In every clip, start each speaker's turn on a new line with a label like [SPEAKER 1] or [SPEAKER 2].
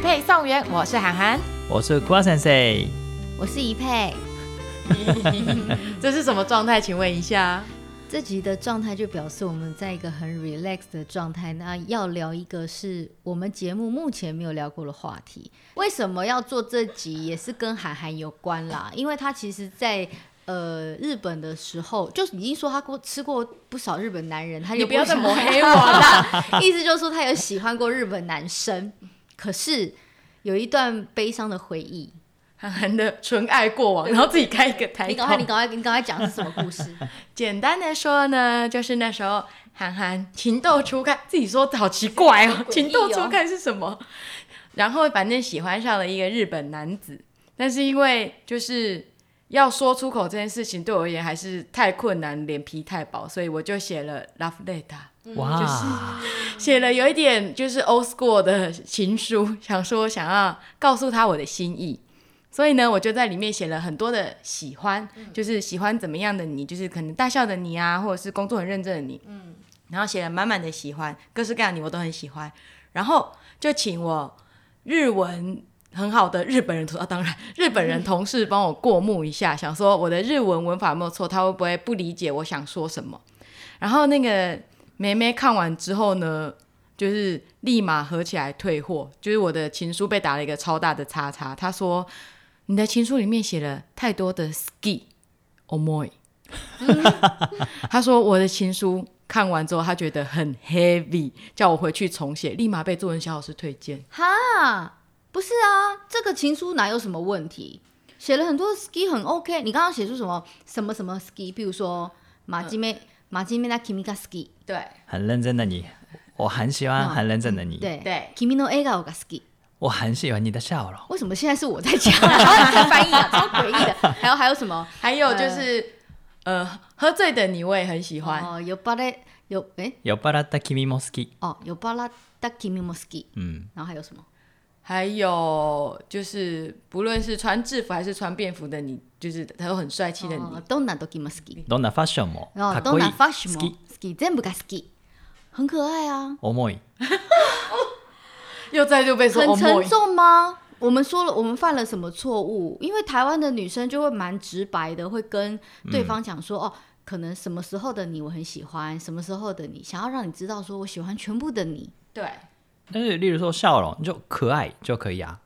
[SPEAKER 1] 配送员，我是涵涵，
[SPEAKER 2] 我是瓜先生，
[SPEAKER 3] 我是一佩。
[SPEAKER 1] 这是什么状态？请问一下。
[SPEAKER 3] 这集的状态就表示我们在一个很 relax 的状态，那要聊一个是我们节目目前没有聊过的话题。为什么要做这集，也是跟韩寒有关啦，因为他其实在，呃日本的时候就已经说他过吃过不少日本男人，他就
[SPEAKER 1] 你不要再
[SPEAKER 3] 想
[SPEAKER 1] 抹黑
[SPEAKER 3] 我
[SPEAKER 1] 我
[SPEAKER 3] 了， 意思就是说他有喜欢过日本男生，可是有一段悲伤的回忆。
[SPEAKER 1] 韩寒的纯爱过往，然后自己开一个台
[SPEAKER 3] 你赶快，你赶快，你赶快讲是什么故事？
[SPEAKER 1] 简单的说呢，就是那时候韩寒情窦初开，自己说好奇怪哦，
[SPEAKER 3] 诡异哦
[SPEAKER 1] 情窦初开是什么？然后反正喜欢上了一个日本男子，但是因为就是要说出口这件事情，对我而言还是太困难，脸皮太薄，所以我就写了 love letter，
[SPEAKER 2] 哇，
[SPEAKER 1] 写了有一点就是 old school 的情书，想说想要告诉他我的心意。所以呢，我就在里面写了很多的喜欢，就是喜欢怎么样的你，就是可能大笑的你啊，或者是工作很认真的你，嗯，然后写了满满的喜欢，各式各样的你我都很喜欢，然后就请我日文很好的日本人同啊，当然日本人同事帮我过目一下，想说我的日文文法有没有错，他会不会不理解我想说什么？然后那个梅梅看完之后呢，就是立马合起来退货，就是我的情书被打了一个超大的叉叉，他说。你的情书里面写了太多的 ski omoi。他说我的情书看完之后，他觉得很 heavy，叫我回去重写，立马被作文小老师推荐。
[SPEAKER 3] 哈，不是啊，这个情书哪有什么问题？写了很多 ski 很 OK，你刚刚写出什么什么什么 ski，比如说马吉妹、马吉妹那 Kimi ga ski，
[SPEAKER 1] 对
[SPEAKER 2] 很认真的你，我很喜欢很认真的你，
[SPEAKER 3] 对
[SPEAKER 1] 对
[SPEAKER 3] ，Kimi no e g a ga ski。
[SPEAKER 2] 我很喜欢你的笑容。
[SPEAKER 3] 为什么现在是我在 讲？然后你在翻译啊， 超诡异的。还有还有什么？
[SPEAKER 1] 还有就是，呃，喝醉的你我也很喜欢。
[SPEAKER 3] 哦，有巴拉有诶，
[SPEAKER 2] 酔っ払った君も好き。
[SPEAKER 3] 哦，有巴拉达 Kimi mo ski。
[SPEAKER 2] 嗯，
[SPEAKER 3] 然后还有什么？
[SPEAKER 1] 还有就是，不论是穿制服还是穿便服的你，就是他都很帅气的你。
[SPEAKER 3] 哦，どんな時も ski。
[SPEAKER 2] どんなファッションも
[SPEAKER 3] 然
[SPEAKER 2] か
[SPEAKER 3] 后
[SPEAKER 2] っ
[SPEAKER 3] ど
[SPEAKER 2] こ
[SPEAKER 3] ん
[SPEAKER 2] いい。
[SPEAKER 3] な fashion
[SPEAKER 2] 好
[SPEAKER 3] も
[SPEAKER 2] き。
[SPEAKER 3] ski，全部が ski，很可爱啊。
[SPEAKER 2] 重い。
[SPEAKER 1] 又再度被说哦
[SPEAKER 3] 很沉
[SPEAKER 1] omoi。
[SPEAKER 3] 重吗？我们说了，我们犯了什么错误？因为台湾的女生就会蛮直白的，会跟对方讲说，哦，可能什么时候的你我很喜欢，什么时候的你想要让你知道，说我喜欢全部的你。
[SPEAKER 1] 对，
[SPEAKER 2] 但是，例如说笑容，你就可爱就可以啊。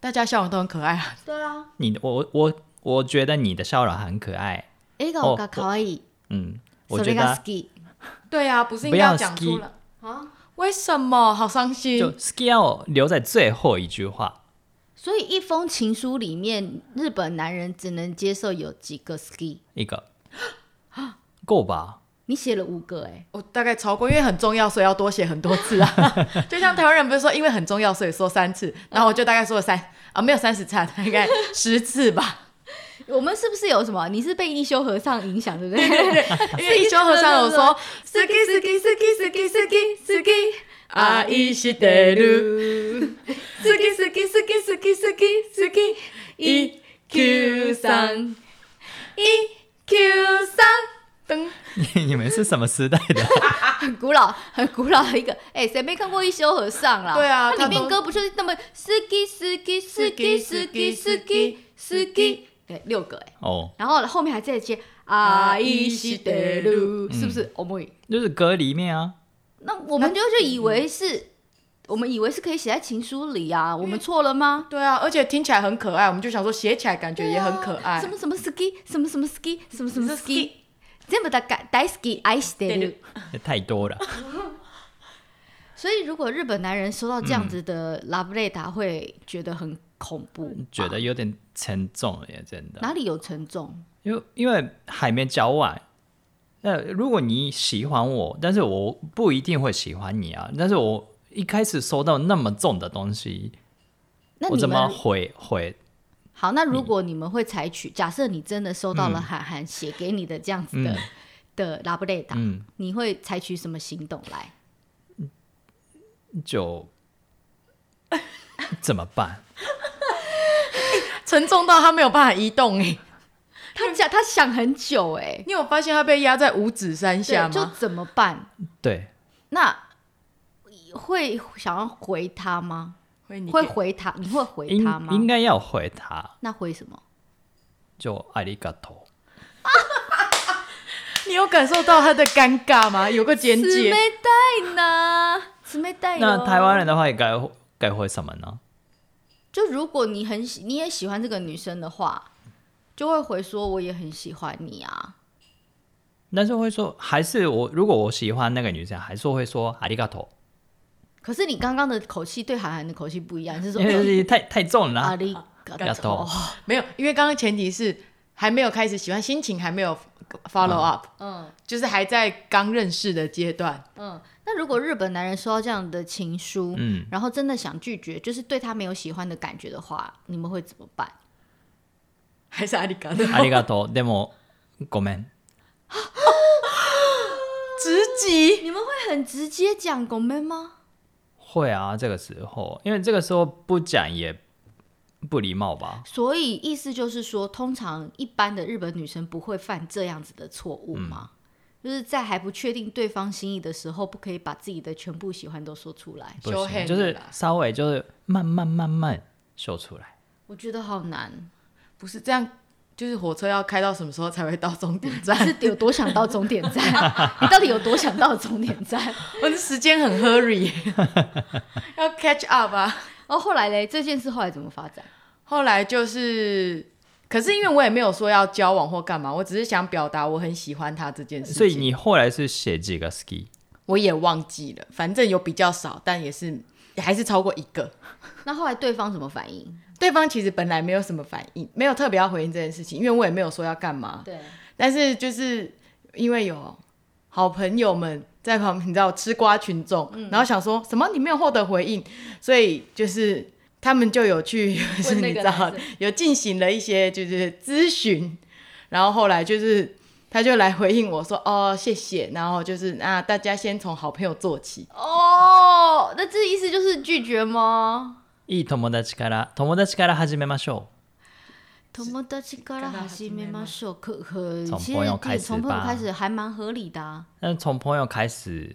[SPEAKER 1] 大家笑容都很可爱啊。
[SPEAKER 3] 对啊，
[SPEAKER 2] 你我我我觉得你的笑容很可爱。
[SPEAKER 3] 哎，个
[SPEAKER 2] 哦
[SPEAKER 3] 我可爱，
[SPEAKER 2] 嗯，我
[SPEAKER 3] そ
[SPEAKER 2] 觉
[SPEAKER 3] れ
[SPEAKER 2] 得
[SPEAKER 3] が
[SPEAKER 2] 啊
[SPEAKER 3] 好き。
[SPEAKER 1] 对啊，不是应
[SPEAKER 2] 不
[SPEAKER 1] 该
[SPEAKER 2] 要
[SPEAKER 1] 要讲出
[SPEAKER 2] ski
[SPEAKER 1] 来啊？为什么？好伤心。
[SPEAKER 2] 就 ski 要留在最后一句话。
[SPEAKER 3] 所以一封情书里面，日本男人只能接受有几个 ski，
[SPEAKER 2] 一个够吧？
[SPEAKER 3] 你写了五个哎、
[SPEAKER 1] 我大概超过，因为很重要，所以要多写很多次 啊。就像台湾人不是说，因为很重要，所以说三次，然后我就大概说了三啊，没有三十次 啊，大概十次 吧。
[SPEAKER 3] 我们是不是有什么？你是被一休和尚影响，对不对？
[SPEAKER 1] 因为一休和尚有说，ski ski ski ski ski ski ski，啊伊西德鲁，ski ski ski ski ski ski ski，一 Q 三，一 Q 三，噔。
[SPEAKER 2] 你们是什么时代的？
[SPEAKER 3] 很古老、很古老的一个，哎、谁没看过一休和尚啦？
[SPEAKER 1] 对啊
[SPEAKER 3] 它
[SPEAKER 1] 他
[SPEAKER 3] 里面
[SPEAKER 1] 都
[SPEAKER 3] 歌不就是那么司机、司机、司机、司机、司机、司机，哎，六个哎、
[SPEAKER 2] 哦，
[SPEAKER 3] 然后后面还在接啊
[SPEAKER 1] 啊
[SPEAKER 3] 伊
[SPEAKER 1] 伊
[SPEAKER 3] 西
[SPEAKER 1] 西
[SPEAKER 3] 德
[SPEAKER 1] 德
[SPEAKER 3] 鲁，
[SPEAKER 1] 鲁
[SPEAKER 3] 是不是？哦莫伊，
[SPEAKER 2] 就是歌里面啊。
[SPEAKER 3] 那我们就就以为是，我们以为是可以写在情书里啊，我们错了吗？
[SPEAKER 1] 对啊，而且听起来很可爱，我们就想说写起来感觉也很可爱。
[SPEAKER 3] 什么什么 ski，什么什么 ski，什么什么
[SPEAKER 1] 什么 ski
[SPEAKER 3] ski，全部大概大 ski 爱してる。
[SPEAKER 2] 也太多了。
[SPEAKER 3] 所以如果日本男人收到这样子的 love letter，会觉得很恐怖，
[SPEAKER 2] 觉得有点沉重了耶，嗯真的。
[SPEAKER 3] 哪里有沉重？
[SPEAKER 2] 因为因为还没交往，那如果你喜欢我，但是我不一定会喜欢你啊。但是我一开始收到那么重的东西，
[SPEAKER 3] 那
[SPEAKER 2] 我
[SPEAKER 3] 你
[SPEAKER 2] 怎么
[SPEAKER 3] 们
[SPEAKER 2] 回回？
[SPEAKER 3] 好？那如果你们会采取，假设你真的收到了
[SPEAKER 2] 嗯
[SPEAKER 3] 韩寒写给你的这样子的、的 love letter，、
[SPEAKER 2] 嗯，
[SPEAKER 3] 你会采取什么行动来？
[SPEAKER 2] 就 怎么办？
[SPEAKER 1] 沉重到他没有办法移动哎、
[SPEAKER 3] 他想他想很久哎、欸，
[SPEAKER 1] 你有发现他被压在五指山下
[SPEAKER 3] 对，就
[SPEAKER 1] 吗？
[SPEAKER 3] 怎么办？
[SPEAKER 2] 对，
[SPEAKER 3] 那会想要回他吗？
[SPEAKER 1] 会你
[SPEAKER 3] 会回他，你会回
[SPEAKER 2] 应
[SPEAKER 3] 他吗？
[SPEAKER 2] 应该要回他，
[SPEAKER 3] 那回什么？
[SPEAKER 2] 就阿里嘎多。
[SPEAKER 1] 你有感受到他的尴尬吗？有个简
[SPEAKER 3] 姊
[SPEAKER 1] 介
[SPEAKER 3] 妹带呢？姊妹带。哦
[SPEAKER 2] 那台湾人的话，应该该回什么呢？
[SPEAKER 3] 就如果你很喜，你也喜欢这个女生的话，就会回说我也很喜欢你啊。
[SPEAKER 2] 但是会说，还是我如果我喜欢那个女生，还是会说阿里嘎多，
[SPEAKER 3] 可是你刚刚的口气对韩寒的口气不一样，你是说哎
[SPEAKER 2] 因为太太重
[SPEAKER 3] 阿
[SPEAKER 2] 了。啊
[SPEAKER 3] 里嘎
[SPEAKER 2] 嘎
[SPEAKER 3] 多
[SPEAKER 2] 多，
[SPEAKER 1] 没有，因为刚刚前提是还没有开始喜欢，心情还没有 follow up，、
[SPEAKER 3] 嗯
[SPEAKER 1] 就是还在刚认识的阶段。
[SPEAKER 3] 嗯。那如果日本男人收到这样的情书，
[SPEAKER 2] 嗯，
[SPEAKER 3] 然后真的想拒绝，就是对他没有喜欢的感觉的话，你们会怎么办？
[SPEAKER 1] 还是阿里嘎多，
[SPEAKER 2] 阿里嘎多，でもごめん。
[SPEAKER 1] 直击
[SPEAKER 3] 你们会很直接讲狗妹吗？
[SPEAKER 2] 会啊，这个时候，因为这个时候不讲也不礼貌吧？
[SPEAKER 3] 所以意思就是说，通常一般的日本女生不会犯这样子的错误吗？就是在还不确定对方心意的时候，不可以把自己的全部喜欢都说出来。
[SPEAKER 2] 不
[SPEAKER 1] 修
[SPEAKER 2] 行，
[SPEAKER 1] hand
[SPEAKER 2] 就是
[SPEAKER 1] 啦
[SPEAKER 2] 稍微就是慢慢慢慢秀出来。
[SPEAKER 3] 我觉得好难，
[SPEAKER 1] 不是这样，就是火车要开到什么时候才会到终点
[SPEAKER 3] 是
[SPEAKER 1] 站？
[SPEAKER 3] 有多想到终点站？你到底有多想到终点站？
[SPEAKER 1] 我的时间很 hurry，要 catch up 啊。
[SPEAKER 3] 哦，后来嘞，这件事后来怎么发展？
[SPEAKER 1] 后来就是，可是因为我也没有说要交往或干嘛，我只是想表达我很喜欢他这件事情。
[SPEAKER 2] 所以你后来是写几个 ski？
[SPEAKER 1] 我也忘记了，反正有比较少，但也是还是超过一个。
[SPEAKER 3] 那后来对方怎么反应？
[SPEAKER 1] 对方其实本来没有什么反应，没有特别要回应这件事情，因为我也没有说要干嘛。
[SPEAKER 3] 对，
[SPEAKER 1] 但是就是因为有好朋友们在旁边，你知道吃瓜群众，
[SPEAKER 3] 嗯
[SPEAKER 1] 然后想说什么你没有获得回应，所以就是他们就有去，就是
[SPEAKER 3] 那
[SPEAKER 1] 你
[SPEAKER 3] 个
[SPEAKER 1] 知
[SPEAKER 3] 男
[SPEAKER 1] 道
[SPEAKER 3] 生
[SPEAKER 1] 有进行了一些就是咨询，然后后来就是。他就来回应我说：“哦，谢谢。”然后就是啊，大家先从好朋友做起。
[SPEAKER 3] 哦，那这意思就是拒绝吗？
[SPEAKER 2] いい友達から友達から始めましょ
[SPEAKER 3] 友達から始めましょう。可可，
[SPEAKER 2] 从
[SPEAKER 3] 其
[SPEAKER 2] 朋友
[SPEAKER 3] 实
[SPEAKER 2] 开
[SPEAKER 3] 你
[SPEAKER 2] 始
[SPEAKER 3] 从朋友
[SPEAKER 2] 吧
[SPEAKER 3] 开始还蛮合理的、啊。
[SPEAKER 2] う。但从朋友开始，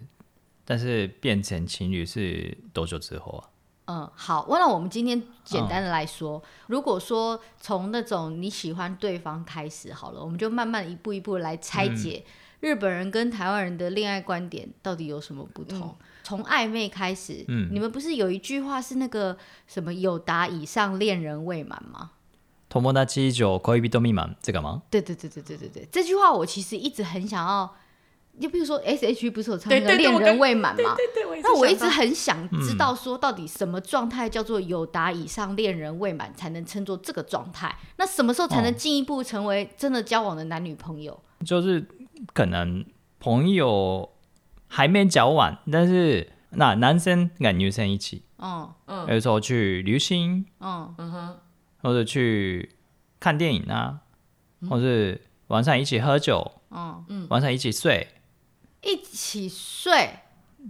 [SPEAKER 2] 但是变成情侣是多久之后啊？
[SPEAKER 3] 嗯，好，那我们今天简单的来说，
[SPEAKER 2] 嗯
[SPEAKER 3] 如果说从那种你喜欢对方开始好了，我们就慢慢一步一步来拆解
[SPEAKER 2] 嗯
[SPEAKER 3] 日本人跟台湾人的恋爱观点到底有什么不同。从暧昧开始，
[SPEAKER 2] 嗯
[SPEAKER 3] 你们不是有一句话是那个什么“有达以上恋人未满”
[SPEAKER 2] 友達以上
[SPEAKER 3] 吗？
[SPEAKER 2] 恋人未満这个吗？
[SPEAKER 3] 对对对对对对对，这句话我其实一直很想要。就比如说 S H E 不是有唱
[SPEAKER 1] 对
[SPEAKER 3] 那个
[SPEAKER 1] 对对
[SPEAKER 3] “恋
[SPEAKER 1] 我
[SPEAKER 3] 人
[SPEAKER 1] 刚
[SPEAKER 3] 未满”吗？
[SPEAKER 1] 对，我
[SPEAKER 3] 那我一直很想知道，说到底什么状态叫做有达以上恋人未满才能称作这个状态？那什么时候才能进一步成为真的交往的男女朋友？
[SPEAKER 2] 就是可能朋友还没交往，但是那男生跟女生一起，
[SPEAKER 3] 嗯
[SPEAKER 1] 嗯
[SPEAKER 2] 有时候去旅行
[SPEAKER 3] 嗯，
[SPEAKER 1] 嗯哼，
[SPEAKER 2] 或者去看电影啊，或是晚上一起喝酒，
[SPEAKER 3] 嗯，
[SPEAKER 2] 晚上一起睡，
[SPEAKER 3] 一起睡，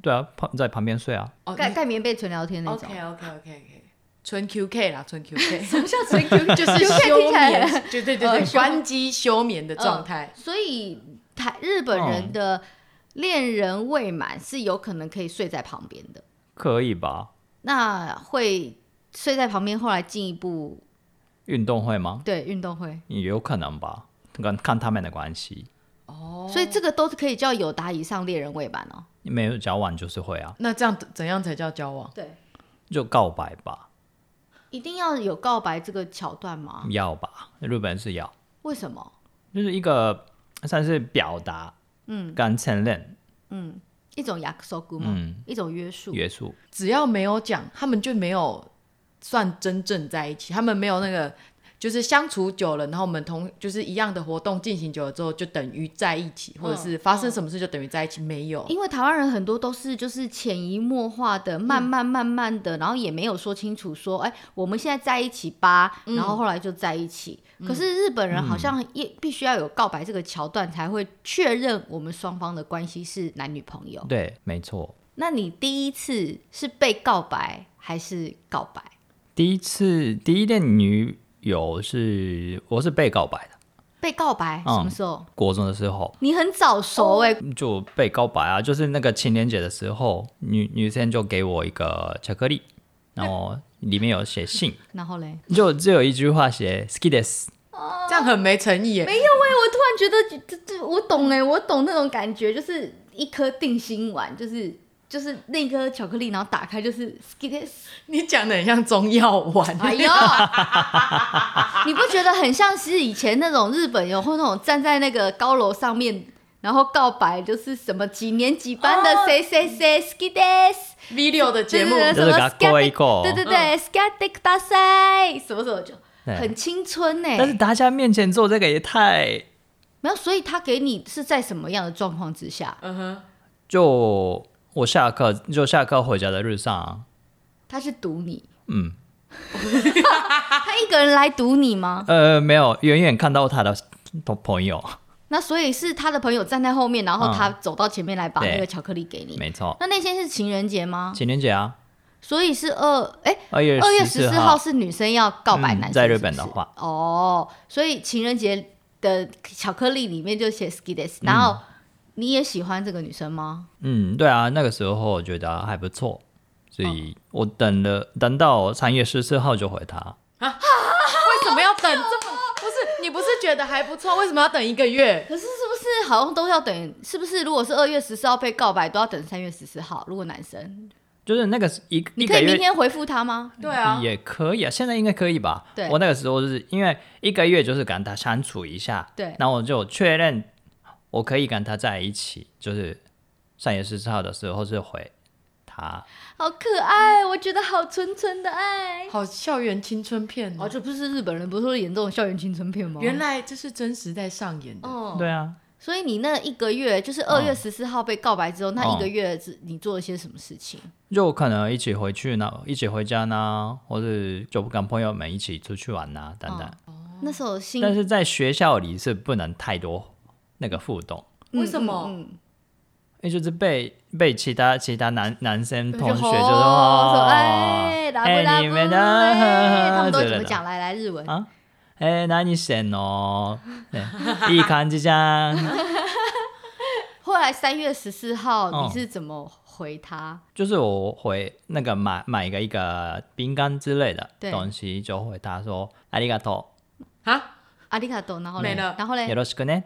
[SPEAKER 2] 对啊，旁在旁边睡啊，
[SPEAKER 1] 哦
[SPEAKER 3] 盖盖棉被纯聊天那种。
[SPEAKER 1] OK OK OK OK，纯 QK 啦，纯 QK
[SPEAKER 3] 什么叫纯 Q？
[SPEAKER 1] 就
[SPEAKER 3] Q
[SPEAKER 1] 是
[SPEAKER 3] K
[SPEAKER 1] 休
[SPEAKER 3] 听起来
[SPEAKER 1] 眠，对对对
[SPEAKER 3] 呃
[SPEAKER 1] 对，
[SPEAKER 3] 休
[SPEAKER 1] 关机休眠嗯的状态。
[SPEAKER 3] 所以台日本人的恋人未满是有可能可以睡在旁边的，
[SPEAKER 2] 可以吧？
[SPEAKER 3] 那会睡在旁边，后来进一步
[SPEAKER 2] 运动会吗？
[SPEAKER 3] 对运动会。
[SPEAKER 2] 也有可能吧，跟看他们的关系，
[SPEAKER 1] 哦
[SPEAKER 3] 所以这个都是可以叫有达以上恋人未满哦。
[SPEAKER 2] 没有交往就是会啊，
[SPEAKER 1] 那这样怎样才叫交往？
[SPEAKER 3] 对，
[SPEAKER 2] 就告白吧，
[SPEAKER 3] 一定要有告白这个桥段吗？
[SPEAKER 2] 要吧，日本是要，
[SPEAKER 3] 为什么？
[SPEAKER 2] 就是一个算是表达，嗯，跟承认，
[SPEAKER 3] 一种雅克索古吗？
[SPEAKER 2] 嗯，
[SPEAKER 3] 一种约束？
[SPEAKER 2] 约束。
[SPEAKER 1] 只要没有讲，他们就没有算真正在一起，他们没有那个。就是相处久了，然后我们同就是一样的活动进行久了之后，就等于在一起，或者是
[SPEAKER 3] 嗯
[SPEAKER 1] 发生什么事就等于在一起，没有。
[SPEAKER 3] 因为台湾人很多都是就是潜移默化的，慢慢慢慢的，然后也没有说清楚说，哎、我们现在在一起吧，然后后来就在一起。可是日本人好像也必须要有告白这个桥段，才会确认我们双方的关系是男女朋友。
[SPEAKER 2] 对，没错。
[SPEAKER 3] 那你第一次是被告白还是告白？
[SPEAKER 2] 第一次第一任女友是我是被告白的，
[SPEAKER 3] 被告白
[SPEAKER 2] 嗯
[SPEAKER 3] 什么时候？
[SPEAKER 2] 国中的时候
[SPEAKER 3] 你很早熟哎、
[SPEAKER 2] 就被告白啊，就是那个情人节的时候，女女生就给我一个巧克力，然后里面有写信，
[SPEAKER 3] 然后嘞，
[SPEAKER 2] 就只有一句话写 “ski des”，
[SPEAKER 1] 这样很没诚意耶。
[SPEAKER 3] 没有哎、我突然觉得这这我懂哎、我懂那种感觉，就是一颗定心丸，就是就是那颗巧克力，然后打开就是 skittis。
[SPEAKER 1] 你讲的很像中药丸，
[SPEAKER 3] 哎呦，你不觉得很像是以前那种日本有或那种站在那个高楼上面，然后告白就是什么几年几班的谁谁谁 skittis。
[SPEAKER 1] V 六的节目
[SPEAKER 3] 对对
[SPEAKER 2] 就是
[SPEAKER 3] 对
[SPEAKER 2] 给它
[SPEAKER 3] 什么
[SPEAKER 2] 过一过
[SPEAKER 3] skate- 对对对 s k a t i c 大赛什么什么就
[SPEAKER 2] 对
[SPEAKER 3] 很青春呢、
[SPEAKER 2] 但是大家面前做这个也太
[SPEAKER 3] 没有，所以他给你是在什么样的状况之下？
[SPEAKER 1] 嗯哼，
[SPEAKER 2] 就我下课就下课回家的路上啊、
[SPEAKER 3] 他是堵你，
[SPEAKER 2] 嗯啊
[SPEAKER 3] 他一个人来堵你 吗？
[SPEAKER 2] 呃没有，远远看到他的的朋友，
[SPEAKER 3] 那所以是他的朋友站在后面，然后
[SPEAKER 2] 嗯
[SPEAKER 3] 他走到前面来把
[SPEAKER 2] 对
[SPEAKER 3] 那个巧克力给你。
[SPEAKER 2] 没错，
[SPEAKER 3] 那那天是情人节吗？
[SPEAKER 2] 情人节啊，
[SPEAKER 3] 所以是二哎，
[SPEAKER 2] 二月
[SPEAKER 3] 二月十
[SPEAKER 2] 四
[SPEAKER 3] 四号是女生要告白
[SPEAKER 2] 嗯
[SPEAKER 3] 男生、
[SPEAKER 2] 在日
[SPEAKER 3] 是不
[SPEAKER 2] 本的
[SPEAKER 3] 是
[SPEAKER 2] 话
[SPEAKER 3] 哦，所以情人节的巧克力里面就写 skides，然后你也喜欢这个女生吗？
[SPEAKER 2] 嗯，对啊，那个时候我觉得还不错，所以
[SPEAKER 3] 哦
[SPEAKER 2] 我等了等到三月十四号就回他。
[SPEAKER 1] 为什么要等这么？不是你不是觉得还不错，为什么要等一个月？
[SPEAKER 3] 可是是不是好像都要等？是不是如果是二月十四号被告白，都要等三月十四号？如果男生，
[SPEAKER 2] 就是那个一
[SPEAKER 3] 你
[SPEAKER 2] 一
[SPEAKER 3] 可
[SPEAKER 2] 个
[SPEAKER 3] 以明
[SPEAKER 2] 月
[SPEAKER 3] 天回复他吗？
[SPEAKER 1] 对啊，
[SPEAKER 2] 也可以啊，现在应该可以吧？
[SPEAKER 3] 对
[SPEAKER 2] 我那个时候就是因为一个月就是跟他相处一下，
[SPEAKER 3] 对
[SPEAKER 2] 然后我就确认我可以跟他在一起，就是三月十四号的时候是回他，
[SPEAKER 3] 好可爱，我觉得好纯纯的爱。
[SPEAKER 1] 好校园青春片哦
[SPEAKER 3] 哦，这不是日本人不是会演这种校园青春片吗？
[SPEAKER 1] 原来这是真实在上演的。
[SPEAKER 3] 哦，
[SPEAKER 2] 对啊，
[SPEAKER 3] 所以你那一个月就是二
[SPEAKER 1] 嗯
[SPEAKER 3] 月十四号被告白之后，那
[SPEAKER 2] 哦
[SPEAKER 3] 一个月之你做了些什么事情？
[SPEAKER 2] 就可能一起回去呢，一起回家呢，或者就跟朋友们一起出去玩呐、等等。
[SPEAKER 3] 哦那时候心
[SPEAKER 2] 但是在学校里是不能太多那个互动，
[SPEAKER 1] 为什么？
[SPEAKER 3] 嗯嗯
[SPEAKER 2] 因为就是被被其他其他男男生
[SPEAKER 3] 嗯
[SPEAKER 2] 同学就
[SPEAKER 3] 吼
[SPEAKER 2] 是
[SPEAKER 3] 说
[SPEAKER 2] 哦，
[SPEAKER 3] 哎，拉布拉
[SPEAKER 2] 哎
[SPEAKER 3] 布，
[SPEAKER 2] 你们的，
[SPEAKER 3] 哎他们都
[SPEAKER 2] 之
[SPEAKER 3] 会怎么
[SPEAKER 2] 类的
[SPEAKER 3] 讲？来来日文
[SPEAKER 2] 啊哎，那你选哦，对いい感じじゃ ん。
[SPEAKER 3] 后来三月十四号
[SPEAKER 2] 哦
[SPEAKER 3] 你是怎么回他？
[SPEAKER 2] 就是我回那个买买一个一个饼干之类的
[SPEAKER 3] 对
[SPEAKER 2] 东西，就回答说ありがと
[SPEAKER 1] 啊，
[SPEAKER 3] 阿里卡多，然后嘞
[SPEAKER 1] 没了，
[SPEAKER 3] 然后嘞
[SPEAKER 2] う、よ，ろしくね。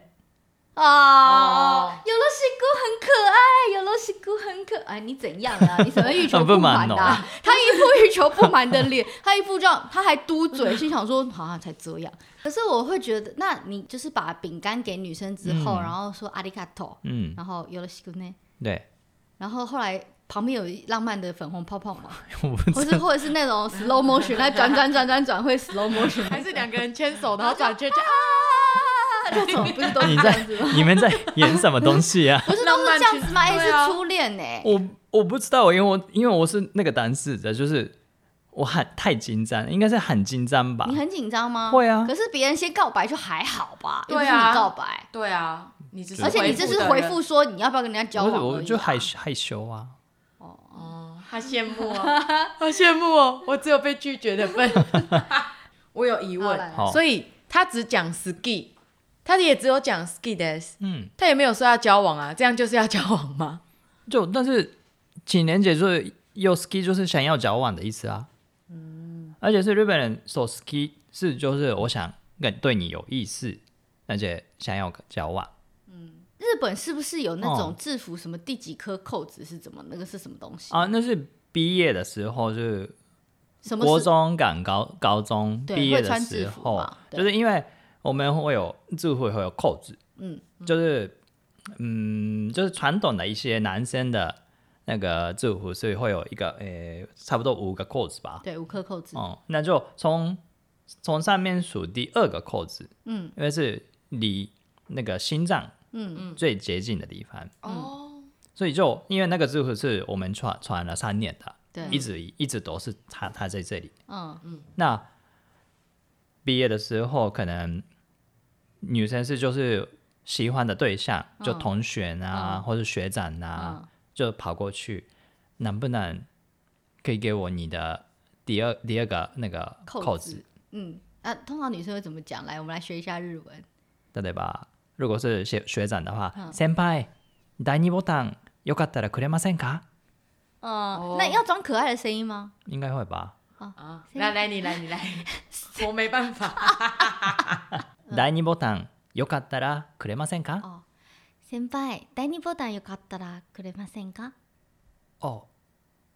[SPEAKER 3] 哦
[SPEAKER 1] 哦，
[SPEAKER 3] 有罗西姑很可爱，有罗西姑很可爱，你怎样啊？你怎么欲求
[SPEAKER 2] 不满
[SPEAKER 3] 满
[SPEAKER 2] 哦
[SPEAKER 3] 呐、他一副欲求不满的脸， 他一副这样，他还嘟嘴，心想说好像、才这样。可是我会觉得，那你就是把饼干给女生之后，
[SPEAKER 2] 嗯
[SPEAKER 3] 然后说阿里卡多，
[SPEAKER 2] 嗯，
[SPEAKER 3] 然后有罗西姑呢，
[SPEAKER 2] 对，
[SPEAKER 3] 然后后来。旁边有浪漫的粉红泡泡嘛，
[SPEAKER 2] 我不
[SPEAKER 3] 或是或者是那种 slow motion，那转转转转转会 slow motion，
[SPEAKER 1] 还是 两个人牵手，然后转圈圈，
[SPEAKER 3] 啊这种不是都是
[SPEAKER 2] 哦你
[SPEAKER 3] 这样
[SPEAKER 2] 在
[SPEAKER 3] 子吗？
[SPEAKER 2] 你们在演什么东西啊？
[SPEAKER 3] 不是都是这样子
[SPEAKER 1] 浪
[SPEAKER 3] 吗？
[SPEAKER 1] 漫
[SPEAKER 3] 哎，
[SPEAKER 1] 情对啊
[SPEAKER 3] 是初恋呢。
[SPEAKER 2] 我我不知道，因为我因为我是那个单视的，就是我很太紧张，应该是很紧张吧
[SPEAKER 3] 你。很紧张吗？
[SPEAKER 2] 会啊
[SPEAKER 3] 可是别人先告白就还好吧，
[SPEAKER 1] 对啊
[SPEAKER 3] 又不是你告白，
[SPEAKER 1] 对啊，你只是
[SPEAKER 3] 而且你这是回复说你要不要跟人家交
[SPEAKER 2] 我
[SPEAKER 3] 往而已啊、
[SPEAKER 2] 我就害羞害羞啊，
[SPEAKER 1] 哦，他羡慕 哦，好羡慕哦，我只有被拒绝的份。 我有疑
[SPEAKER 3] 好来
[SPEAKER 1] 问
[SPEAKER 2] 好，
[SPEAKER 1] 所以他只讲 ski，他也只有讲 ski des，
[SPEAKER 2] 嗯，
[SPEAKER 1] 他也没有说要交往啊，这样就是要交往吗？
[SPEAKER 2] 就但是情人节就是有 ski 就是想要交往的意思啊，嗯，而且是日本人说 ski 是就是我想跟对你有意思，而且想要交往，
[SPEAKER 3] 日本是不是有那种
[SPEAKER 2] 哦
[SPEAKER 3] 制服什么第几颗扣子是怎么那个是什么东西
[SPEAKER 2] 啊，？那是毕业的时候就是
[SPEAKER 3] 什么
[SPEAKER 2] 国
[SPEAKER 3] 是
[SPEAKER 2] 中赶高高中
[SPEAKER 3] 对
[SPEAKER 2] 毕业
[SPEAKER 3] 会
[SPEAKER 2] 的
[SPEAKER 3] 穿制
[SPEAKER 2] 时
[SPEAKER 3] 服
[SPEAKER 2] 候
[SPEAKER 3] 嘛，对
[SPEAKER 2] 就是因为我们会有制服会有扣子，
[SPEAKER 3] 嗯，
[SPEAKER 2] 就是嗯就是传统的一些男生的那个制服，所以会有一个诶、差不多五个扣子吧，
[SPEAKER 3] 对五颗扣子，
[SPEAKER 2] 哦、那就从从上面数第二个扣子，
[SPEAKER 3] 嗯，
[SPEAKER 2] 因为是离那个心脏
[SPEAKER 3] 嗯
[SPEAKER 2] 嗯最接近的地方，
[SPEAKER 1] 哦，
[SPEAKER 2] 所以就因为那个制服是我们穿穿了三年的，
[SPEAKER 3] 对，
[SPEAKER 2] 嗯一直一直都是它它在这里。
[SPEAKER 3] 嗯嗯
[SPEAKER 2] 那毕业的时候，可能女生是就是喜欢的对象，就
[SPEAKER 3] 嗯
[SPEAKER 2] 同学啊，或者学长啊，
[SPEAKER 3] 嗯
[SPEAKER 2] 就跑过去，能不能可以给我你的第二第二个那个
[SPEAKER 3] 扣
[SPEAKER 2] 扣
[SPEAKER 3] 子
[SPEAKER 2] 子？
[SPEAKER 3] 嗯啊，通常女生会怎么讲？来，我们来学一下日文。
[SPEAKER 2] 例えば、如果是学学长的
[SPEAKER 3] 嗯
[SPEAKER 2] 话，先輩、第二ボタンよかったらくれませんか？
[SPEAKER 3] 嗯，
[SPEAKER 1] 哦
[SPEAKER 3] 那要装可爱的声音吗？
[SPEAKER 2] 应该会吧。
[SPEAKER 3] 好，
[SPEAKER 1] 啊，来来你来你 来，我没办法。
[SPEAKER 3] 嗯
[SPEAKER 2] 第二ボタンよかったらくれませんか？
[SPEAKER 3] 哦，先輩、第二ボタンよかったらくれませんか？
[SPEAKER 2] 哦，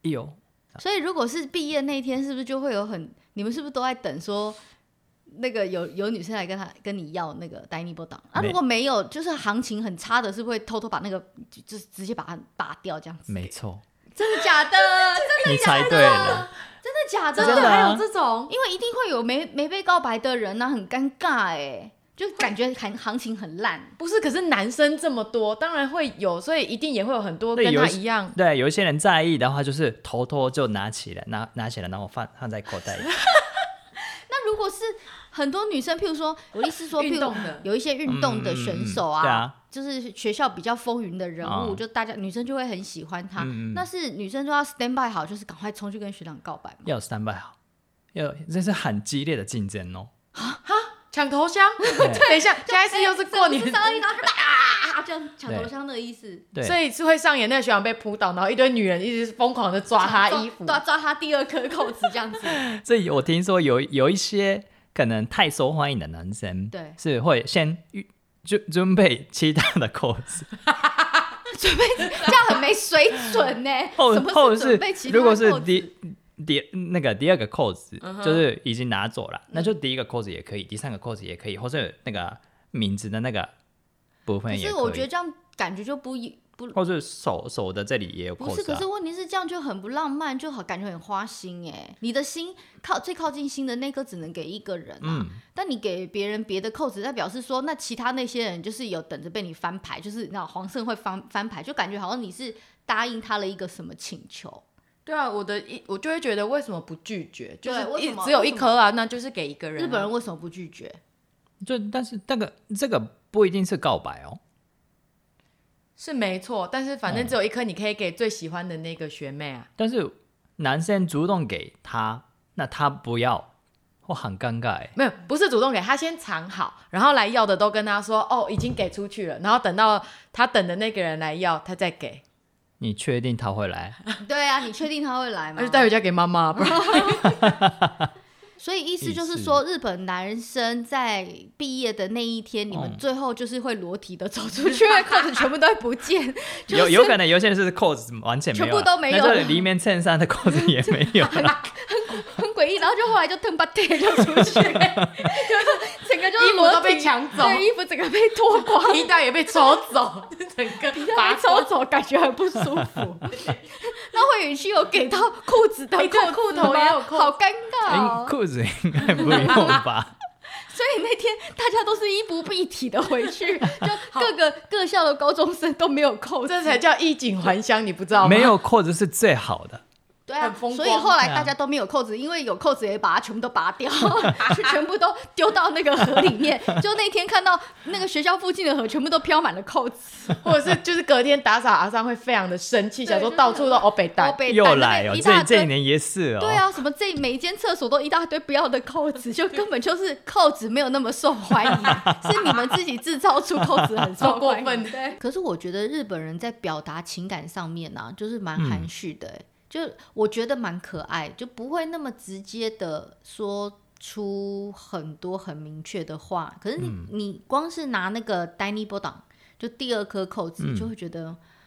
[SPEAKER 2] いいよ。
[SPEAKER 3] 所以如果是毕业那一天，是不是就会有很你们是不是都在等说那个有有女生来跟他跟你要那个 d i n i b o 档啊？
[SPEAKER 2] 没
[SPEAKER 3] 如果没有，就是行情很差的，是不是会偷偷把那个就就是直接把它拔掉这样子？
[SPEAKER 2] 没错，
[SPEAKER 3] 真的假的？真
[SPEAKER 2] 你猜对了。
[SPEAKER 3] 的假的？
[SPEAKER 2] 真的啊
[SPEAKER 1] 还有这种，
[SPEAKER 3] 因为一定会有没没被告白的人呐、很尴尬哎、就感觉行行情很烂。
[SPEAKER 1] 不是？可是男生这么多，当然会有，所以一定也会有很多
[SPEAKER 2] 对
[SPEAKER 1] 跟
[SPEAKER 2] 有
[SPEAKER 1] 他
[SPEAKER 2] 一些
[SPEAKER 1] 一样。
[SPEAKER 2] 对，有一些人在意的话，就是偷偷就拿起来，拿拿起来，然后放放在口袋里。
[SPEAKER 3] 那如果是很多女生，譬如说，我意思是说，譬
[SPEAKER 1] 运
[SPEAKER 3] 如
[SPEAKER 1] 动的
[SPEAKER 3] 有一些运动的选手
[SPEAKER 2] 嗯嗯嗯嗯对
[SPEAKER 3] 啊，
[SPEAKER 2] 啊
[SPEAKER 3] 就是学校比较风云的人物，
[SPEAKER 2] 啊
[SPEAKER 3] 就大家女生就会很喜欢他。
[SPEAKER 2] 嗯嗯
[SPEAKER 3] 那是女生就要 stand by 好，就是赶快冲去跟学长告白嘛。
[SPEAKER 2] 要三百好，要这是很激烈的竞争哦。
[SPEAKER 1] 抢头香，等一下，下一次哎又是过 年
[SPEAKER 3] 是，上一然后就啊，这样 抢头
[SPEAKER 2] 对
[SPEAKER 3] 香的意思。
[SPEAKER 2] 对，
[SPEAKER 1] 所以是会上演那个学长被扑倒，然后一堆女人一直疯狂的抓他衣服。
[SPEAKER 3] 抓抓他第二颗扣子这样子。
[SPEAKER 2] 所以我听说有有一些可能太受欢迎的男生，
[SPEAKER 3] 对
[SPEAKER 2] 是会先预准准备其他的 course，
[SPEAKER 3] 准备这样很没水准呢、
[SPEAKER 2] 后
[SPEAKER 3] 什么
[SPEAKER 2] 后
[SPEAKER 3] 是准备其他
[SPEAKER 2] 如果是
[SPEAKER 3] 扣子
[SPEAKER 2] 第第那个第二个 course、
[SPEAKER 1] 嗯哼
[SPEAKER 2] 就是已经拿走了，那就第一个 course 也可以，第三个 course 也可以，或者那个名字的那个部分
[SPEAKER 3] 可
[SPEAKER 2] 也
[SPEAKER 3] 是
[SPEAKER 2] 可以，
[SPEAKER 3] 我觉得这样感觉就不一不
[SPEAKER 2] 或者手手的这里也有
[SPEAKER 3] 不是，
[SPEAKER 2] course
[SPEAKER 3] 可
[SPEAKER 2] 啊
[SPEAKER 3] 是。问题是这样就很不浪漫，就好感觉很花心哎。你的心靠最靠近心的那颗只能给一个人啊，
[SPEAKER 2] 嗯，
[SPEAKER 3] 但你给别人别的扣子，那表示说那其他那些人就是有等着被你翻牌，就是那黄胜会翻翻牌，就感觉好像你是答应他了一个什么请求。
[SPEAKER 1] 对啊，我的一我就会觉得为什么不拒绝？就是
[SPEAKER 3] 为什
[SPEAKER 1] 一
[SPEAKER 3] 么
[SPEAKER 1] 只有一颗啊，那就是给一个人啊。
[SPEAKER 3] 日本人为什么不拒绝？
[SPEAKER 2] 就但是那个这个不一定是告白哦，
[SPEAKER 1] 是没错，但是反正只有一颗，你可以给最喜欢的那个学妹啊。
[SPEAKER 2] 但是男生主动给他，那他不要，我很尴尬哎。
[SPEAKER 1] 没有，不是主动给他先藏好，然后来要的都跟他说哦，已经给出去了，然后等到他等的那个人来要，他再给，
[SPEAKER 2] 你确定他会来？
[SPEAKER 3] 对啊，你确定他会来吗
[SPEAKER 1] 那就？带回家给妈 妈。不然
[SPEAKER 3] 所以意思
[SPEAKER 2] 意
[SPEAKER 3] 就是
[SPEAKER 2] 思
[SPEAKER 3] 说，日本男生在毕业的那一天，你们
[SPEAKER 2] 嗯
[SPEAKER 3] 最后就是会裸体的走出去，因 为扣子全部都会 不见， 就是
[SPEAKER 2] 有有可能有些人是扣子完全没有啊，
[SPEAKER 3] 全部都没有
[SPEAKER 2] 那这里面衬衫的扣子也没 有啊，
[SPEAKER 3] 很诡异，然后就后来就腾吧腿就出去， 就是整个就是
[SPEAKER 1] 衣服
[SPEAKER 3] 裸
[SPEAKER 1] 都被
[SPEAKER 3] 体
[SPEAKER 1] 抢走
[SPEAKER 3] 对，衣服整个被脱光，
[SPEAKER 1] 皮带也被抽走，整个
[SPEAKER 3] 把
[SPEAKER 1] 拔
[SPEAKER 3] 它抽走，感觉很不舒服。 那会允许有给到裤子的
[SPEAKER 1] 哎对
[SPEAKER 3] 扣
[SPEAKER 1] 裤
[SPEAKER 3] 子
[SPEAKER 1] 头也
[SPEAKER 3] 吗
[SPEAKER 1] 有扣
[SPEAKER 3] 好尴尬
[SPEAKER 2] 嗯
[SPEAKER 3] 哦。
[SPEAKER 2] 裤子应该不用 吧？
[SPEAKER 3] 所以那天大家都是衣不蔽体的 回去，就各个各校的高中生都没有扣子，
[SPEAKER 1] 这才叫衣锦还乡，你不知道吗？
[SPEAKER 2] 没，有扣子是最好的，
[SPEAKER 3] 对啊
[SPEAKER 1] 很，风
[SPEAKER 3] 所以
[SPEAKER 1] 光
[SPEAKER 3] 后来
[SPEAKER 2] 对啊
[SPEAKER 3] 大家都没有扣子，因为有扣子也把它全部都拔 掉，就全部都丢到那个河里面。就那天看到那个学校附近的河全部都飘满了扣子，
[SPEAKER 1] 或者是就是隔天打扫阿桑会非常的生气，
[SPEAKER 3] 对
[SPEAKER 1] 想说
[SPEAKER 3] 就是
[SPEAKER 1] 到处都欧北
[SPEAKER 3] 然
[SPEAKER 1] 带
[SPEAKER 3] 后。被
[SPEAKER 2] 又
[SPEAKER 3] 弹
[SPEAKER 2] 来
[SPEAKER 3] 那
[SPEAKER 2] 哦，
[SPEAKER 3] 边一
[SPEAKER 2] 这
[SPEAKER 3] 大
[SPEAKER 2] 这
[SPEAKER 3] 堆
[SPEAKER 2] 一。年也是哦，
[SPEAKER 3] 对啊，什么这每间厕所都一大堆不要的扣子，就根本就是扣子没有那么受欢迎，是你们自己制造出扣子很受
[SPEAKER 1] 超过
[SPEAKER 3] 欢迎。
[SPEAKER 1] 分的
[SPEAKER 3] 可是我觉得日本人在表达情感上面呢、就是蛮含蓄的、欸就我觉得蛮可爱，就不会那么直接的说出很多很明确的话。可是你、你光是拿那个 d i n y b o d 就第二颗扣子，
[SPEAKER 2] 嗯
[SPEAKER 3] 就会觉得，嗯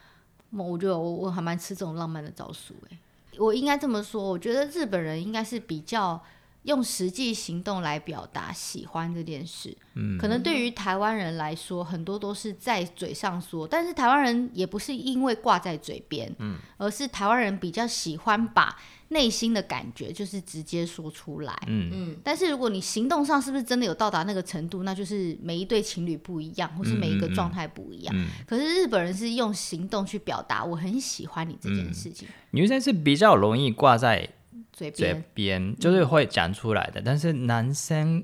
[SPEAKER 3] 我觉得我我还蛮吃这种浪漫的招数哎、我应该这么说，我觉得日本人应该是比较用实际行动来表达喜欢这件事。
[SPEAKER 2] 嗯
[SPEAKER 3] 可能对于台湾人来说，很多都是在嘴上说，但是台湾人也不是因为挂在嘴边，嗯，而是台湾人比较喜欢把内心的感觉就是直接说出来。
[SPEAKER 2] 嗯，
[SPEAKER 3] 但是如果你行动上是不是真的有到达那个程度，那就是每一对情侣不一样，或是每一个
[SPEAKER 2] 嗯嗯嗯
[SPEAKER 3] 状态不一样。
[SPEAKER 2] 嗯
[SPEAKER 3] 可是日本人是用行动去表达我很喜欢你这件事情，
[SPEAKER 2] 女生是比较容易挂在
[SPEAKER 3] 嘴
[SPEAKER 2] 嗯嘴
[SPEAKER 3] 边。
[SPEAKER 2] 边，就是会讲出来的，但是男生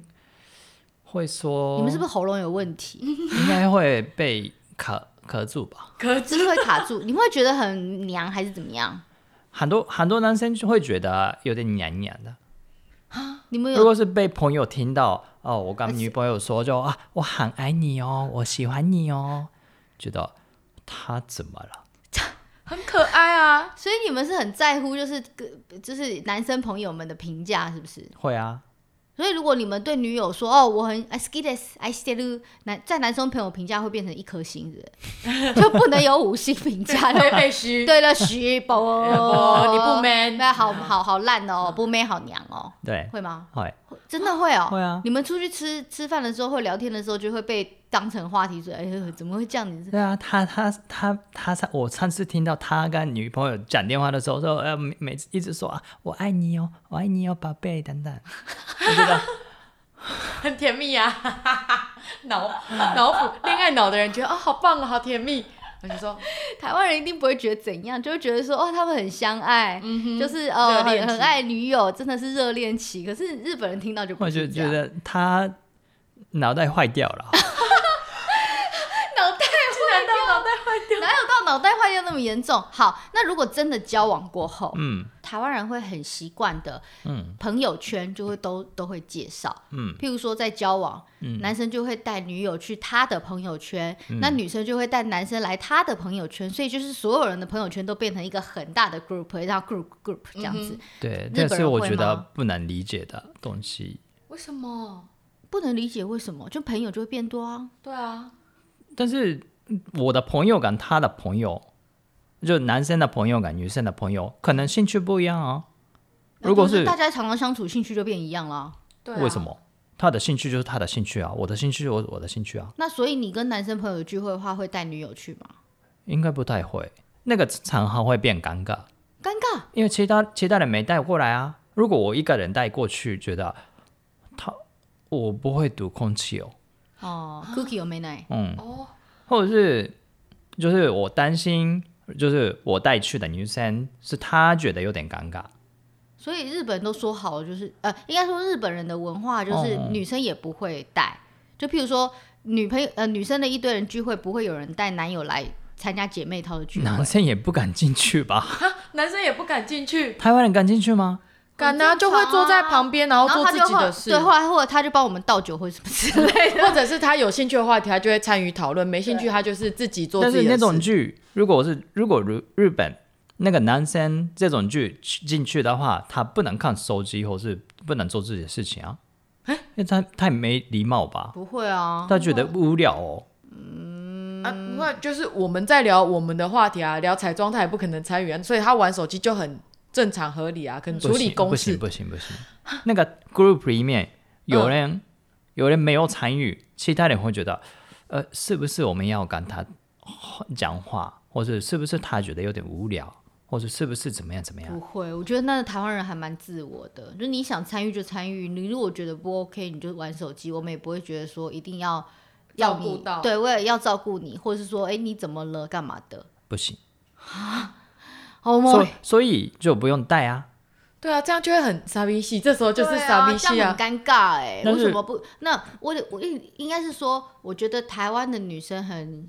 [SPEAKER 2] 会说，
[SPEAKER 3] 你们是不是喉咙有问题？
[SPEAKER 2] 应该会被卡卡住吧？
[SPEAKER 1] 可
[SPEAKER 3] 是不是会卡住？你们会觉得很娘还是怎么样？
[SPEAKER 2] 很多很多男生就会觉得啊有点娘娘的。
[SPEAKER 3] 你们有
[SPEAKER 2] 如果是被朋友听到哦，我跟女朋友说就啊，我很爱你哦，我喜欢你哦，觉得他怎么了？
[SPEAKER 1] 很可爱啊。
[SPEAKER 3] 所以你们是很在乎，就是个就是男生朋友们的评价是不是？
[SPEAKER 2] 会啊，
[SPEAKER 3] 所以如果你们对女友说哦，我很 I ski this I s t i l 男在男生朋友评价会变成一颗星是不是就不能有五星评价
[SPEAKER 1] 对
[SPEAKER 3] 了。
[SPEAKER 1] 被虚，
[SPEAKER 3] 对了，徐博，
[SPEAKER 1] 哦你不 man
[SPEAKER 3] 对，好好好烂哦，不 man 好娘哦，
[SPEAKER 2] 对，
[SPEAKER 3] 会吗？
[SPEAKER 2] 会
[SPEAKER 3] 会真的会哦，
[SPEAKER 2] 会啊
[SPEAKER 3] 你们出去吃吃饭的时候，或聊天的时候，就会被当成话题说，哎呦，怎么会这样？你是
[SPEAKER 2] 对啊，他他他他上我上次听到他跟女朋友讲电话的时候说，呃，每每次一直说啊，我爱你哦，我爱你哦，宝贝等等，我觉得
[SPEAKER 1] 很甜蜜啊， 脑脑补恋爱脑的人觉得啊、好棒啊，好甜蜜。我就说，
[SPEAKER 3] 台湾人一定不会觉得怎样，就会觉得说哦，他们很相爱，就是
[SPEAKER 1] 嗯热
[SPEAKER 3] 呃
[SPEAKER 1] 恋
[SPEAKER 3] 很
[SPEAKER 1] 期
[SPEAKER 3] 很爱女友，真的是热恋期。可是日本人听到就不
[SPEAKER 2] 我就是
[SPEAKER 3] 这
[SPEAKER 2] 觉
[SPEAKER 3] 样，
[SPEAKER 2] 得他脑袋坏掉了，
[SPEAKER 3] 脑袋
[SPEAKER 1] 难道脑袋坏掉？
[SPEAKER 3] 哪有到脑袋坏掉那么严重？好，那如果真的交往过后，
[SPEAKER 2] 嗯
[SPEAKER 3] 台湾人会很习惯的
[SPEAKER 2] 嗯
[SPEAKER 3] 朋友圈就会都都会介绍，
[SPEAKER 2] 嗯
[SPEAKER 3] 譬如说在交往，
[SPEAKER 2] 嗯
[SPEAKER 3] 男生就会带女友去他的朋友圈，那女生就会带男生来他的朋友圈，所以就是所有人的朋友圈都变成一个很大的 group，然后 group group 这样
[SPEAKER 1] 嗯
[SPEAKER 3] 子，
[SPEAKER 2] 对
[SPEAKER 3] 日，
[SPEAKER 2] 这
[SPEAKER 3] 本
[SPEAKER 2] 是
[SPEAKER 3] 人
[SPEAKER 2] 我
[SPEAKER 3] 会
[SPEAKER 2] 觉得
[SPEAKER 3] 吗
[SPEAKER 2] 不能理解的东西。
[SPEAKER 1] 为什么？
[SPEAKER 3] 不能理解为什么就朋友就会变多啊？
[SPEAKER 1] 对啊，
[SPEAKER 2] 但是嗯我的朋友跟他的朋友，就男生的朋友跟女生的朋友，可能兴趣不一样哦。如果
[SPEAKER 3] 就是大家常常相处，兴趣就变一样了。
[SPEAKER 1] 对啊。
[SPEAKER 2] 为什？么他的兴趣就是他的兴趣啊，我的兴趣我我的兴趣啊，
[SPEAKER 3] 那所以你跟男生朋友聚会的话，会带女友去吗？
[SPEAKER 2] 应该不太会，那个场合会变尴尬，
[SPEAKER 3] 尴尬，
[SPEAKER 2] 因为其他其他人没带过来啊。如果我一个人带过去，觉得他我不会读空气哦，
[SPEAKER 3] 哦，Cookie 有没奶？
[SPEAKER 2] 嗯，
[SPEAKER 1] 哦，
[SPEAKER 2] 或者是就是我担心，就是我带去的女生是她觉得有点尴尬，
[SPEAKER 3] 所以日本都说好，就是呃，应该说日本人的文化就是
[SPEAKER 2] 哦
[SPEAKER 3] 女生也不会带，就譬如说女朋友呃女生的一堆人聚会，不会有人带男友来参加姐妹淘的聚会
[SPEAKER 2] 男。生也不敢进去吧？
[SPEAKER 1] 男生也不敢进去，
[SPEAKER 2] 台湾人敢进去吗？
[SPEAKER 1] 敢啊，
[SPEAKER 3] 很
[SPEAKER 1] 就
[SPEAKER 3] 正常啊
[SPEAKER 1] 会坐在旁边，然
[SPEAKER 3] 然
[SPEAKER 1] 后
[SPEAKER 3] 后
[SPEAKER 1] 做
[SPEAKER 3] 他
[SPEAKER 1] 自
[SPEAKER 3] 就
[SPEAKER 1] 己
[SPEAKER 3] 后
[SPEAKER 1] 的事
[SPEAKER 3] 对，。后来或者他就帮我们倒酒或什么之类 的。
[SPEAKER 1] 或者是他有兴趣的话题，他就会参与讨论；没兴趣，他就是自己做
[SPEAKER 2] 但
[SPEAKER 1] 自
[SPEAKER 2] 是
[SPEAKER 1] 己
[SPEAKER 2] 那
[SPEAKER 1] 的
[SPEAKER 2] 种
[SPEAKER 1] 事。
[SPEAKER 2] 剧，如果是如果日日本那个男生这种剧进去的话，他不能看手机，或是不能做自己的事情啊，因为他太没礼貌吧？
[SPEAKER 3] 不会啊，
[SPEAKER 2] 他觉得无聊哦。
[SPEAKER 1] 啊，不会，就是我们在聊我们的话题啊，聊彩妆，他也不可能参与啊，所以他玩手机就很正常合理啊，可能处
[SPEAKER 2] 不
[SPEAKER 1] 理
[SPEAKER 2] 行
[SPEAKER 1] 公
[SPEAKER 2] 不
[SPEAKER 1] 事嗯
[SPEAKER 2] 行。不行不行，那个 group 里面有人、有人没有参与，其他人会觉得，呃，是不是我们要跟他讲话，或者是不是他觉得有点无聊，或者是不是怎么样怎么样
[SPEAKER 1] 嗯
[SPEAKER 3] 不？会。我觉得那台湾人还蛮自我的，就是你想参与就参与，你如果觉得不 OK，你就玩手机，我们也不会觉得说一定要要
[SPEAKER 1] 照顾
[SPEAKER 3] 你
[SPEAKER 1] 到
[SPEAKER 3] 对，为了要照顾你，或者是说哎你怎么了干嘛的。
[SPEAKER 2] 不行，
[SPEAKER 3] 好
[SPEAKER 2] 所
[SPEAKER 3] 吗
[SPEAKER 2] 以？所以就不用带啊。
[SPEAKER 1] 对啊，这样就会很傻逼戏，这时候就是
[SPEAKER 3] 对啊
[SPEAKER 1] 傻逼
[SPEAKER 3] 这
[SPEAKER 1] 戏
[SPEAKER 3] 样
[SPEAKER 1] 啊。
[SPEAKER 3] 很尴尬哎、
[SPEAKER 2] 但
[SPEAKER 3] 为
[SPEAKER 2] 是
[SPEAKER 3] 什么不？那我得我应应该是说，我觉得台湾的女生很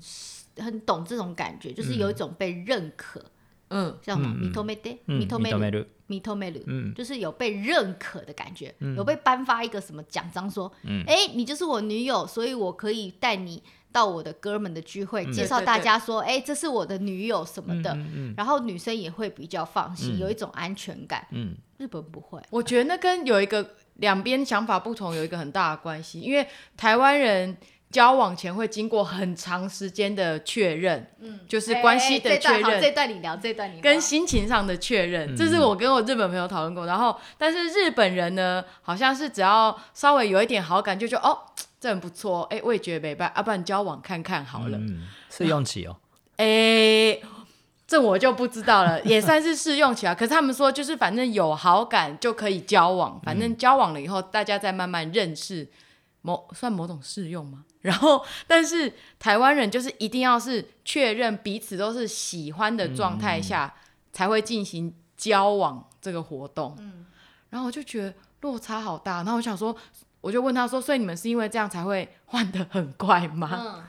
[SPEAKER 3] 很懂这种感觉，就是有一种被认可，
[SPEAKER 1] 嗯，
[SPEAKER 3] 叫什么？
[SPEAKER 2] 嗯
[SPEAKER 3] 米托梅德，
[SPEAKER 2] 嗯，
[SPEAKER 3] 米托梅鲁，
[SPEAKER 2] る
[SPEAKER 3] 米托梅鲁，
[SPEAKER 2] 嗯
[SPEAKER 3] 就是有被认可的感觉，
[SPEAKER 1] 嗯
[SPEAKER 3] 有被颁发一个什么奖章说，哎、
[SPEAKER 2] 嗯
[SPEAKER 3] 你就是我女友，所以我可以带你到我的哥们的聚会，介绍
[SPEAKER 1] 对对
[SPEAKER 3] 大
[SPEAKER 1] 嗯对
[SPEAKER 3] 家说，哎、这是我的女友什么的，
[SPEAKER 2] 嗯嗯
[SPEAKER 3] 然后女生也会比较放心，
[SPEAKER 2] 嗯
[SPEAKER 3] 有一种安全感。
[SPEAKER 2] 嗯，
[SPEAKER 3] 日本不会。
[SPEAKER 1] 我觉得那跟有一个两边想法不同有一个很大的关系，因为台湾人交往前会经过很长时间的确认，嗯，就是关系
[SPEAKER 3] 哎
[SPEAKER 1] 的
[SPEAKER 3] 哎
[SPEAKER 1] 确
[SPEAKER 3] 这段好这
[SPEAKER 1] 认。
[SPEAKER 3] 段你聊，这段你聊
[SPEAKER 1] 跟心情上的确认，这是我跟我日本朋友讨论过。然后，但是日本人呢，好像是只要稍微有一点好感，就觉得哦，这很不错，哎，我也觉得没办，要、啊、不然交往看看好了。
[SPEAKER 2] 嗯，试用期哦。
[SPEAKER 1] 诶、哎这我就不知道了，也算是试用期啊。可是他们说，就是反正有好感就可以交往，反正交往了以后，大家再慢慢认识，某算某种试用吗？ 然后，但是台湾人就是一定要是确认彼此都是喜欢的状态下，才会进行交往这个活动。然后我就觉得落差好大。然后我想说，我就问他说，所以你们是因为这样才会换的很快吗？
[SPEAKER 3] 嗯，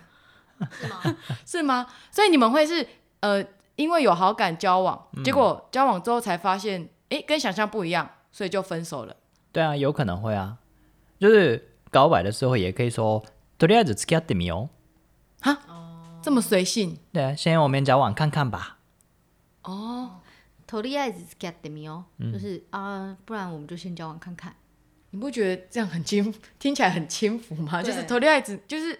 [SPEAKER 3] 是吗？
[SPEAKER 1] 是吗？所以你们会是呃，因为有好感交往，结果交往之后才发现，诶，跟想象不一样，所以就分手了。
[SPEAKER 2] 对啊，有可能会啊。就是告白的时候也可以说，啊とりあえず付き合ってみよう。
[SPEAKER 1] 这么随性，
[SPEAKER 2] 对啊，先我们交往看看吧。
[SPEAKER 1] 哦，
[SPEAKER 3] 头利爱子 get 的米哦，
[SPEAKER 1] 嗯
[SPEAKER 3] 就是啊，不然我们就先交往看看。
[SPEAKER 1] 你不觉得这样很轻， 听起来很轻浮吗？
[SPEAKER 3] 对
[SPEAKER 1] 就是头恋爱子，就是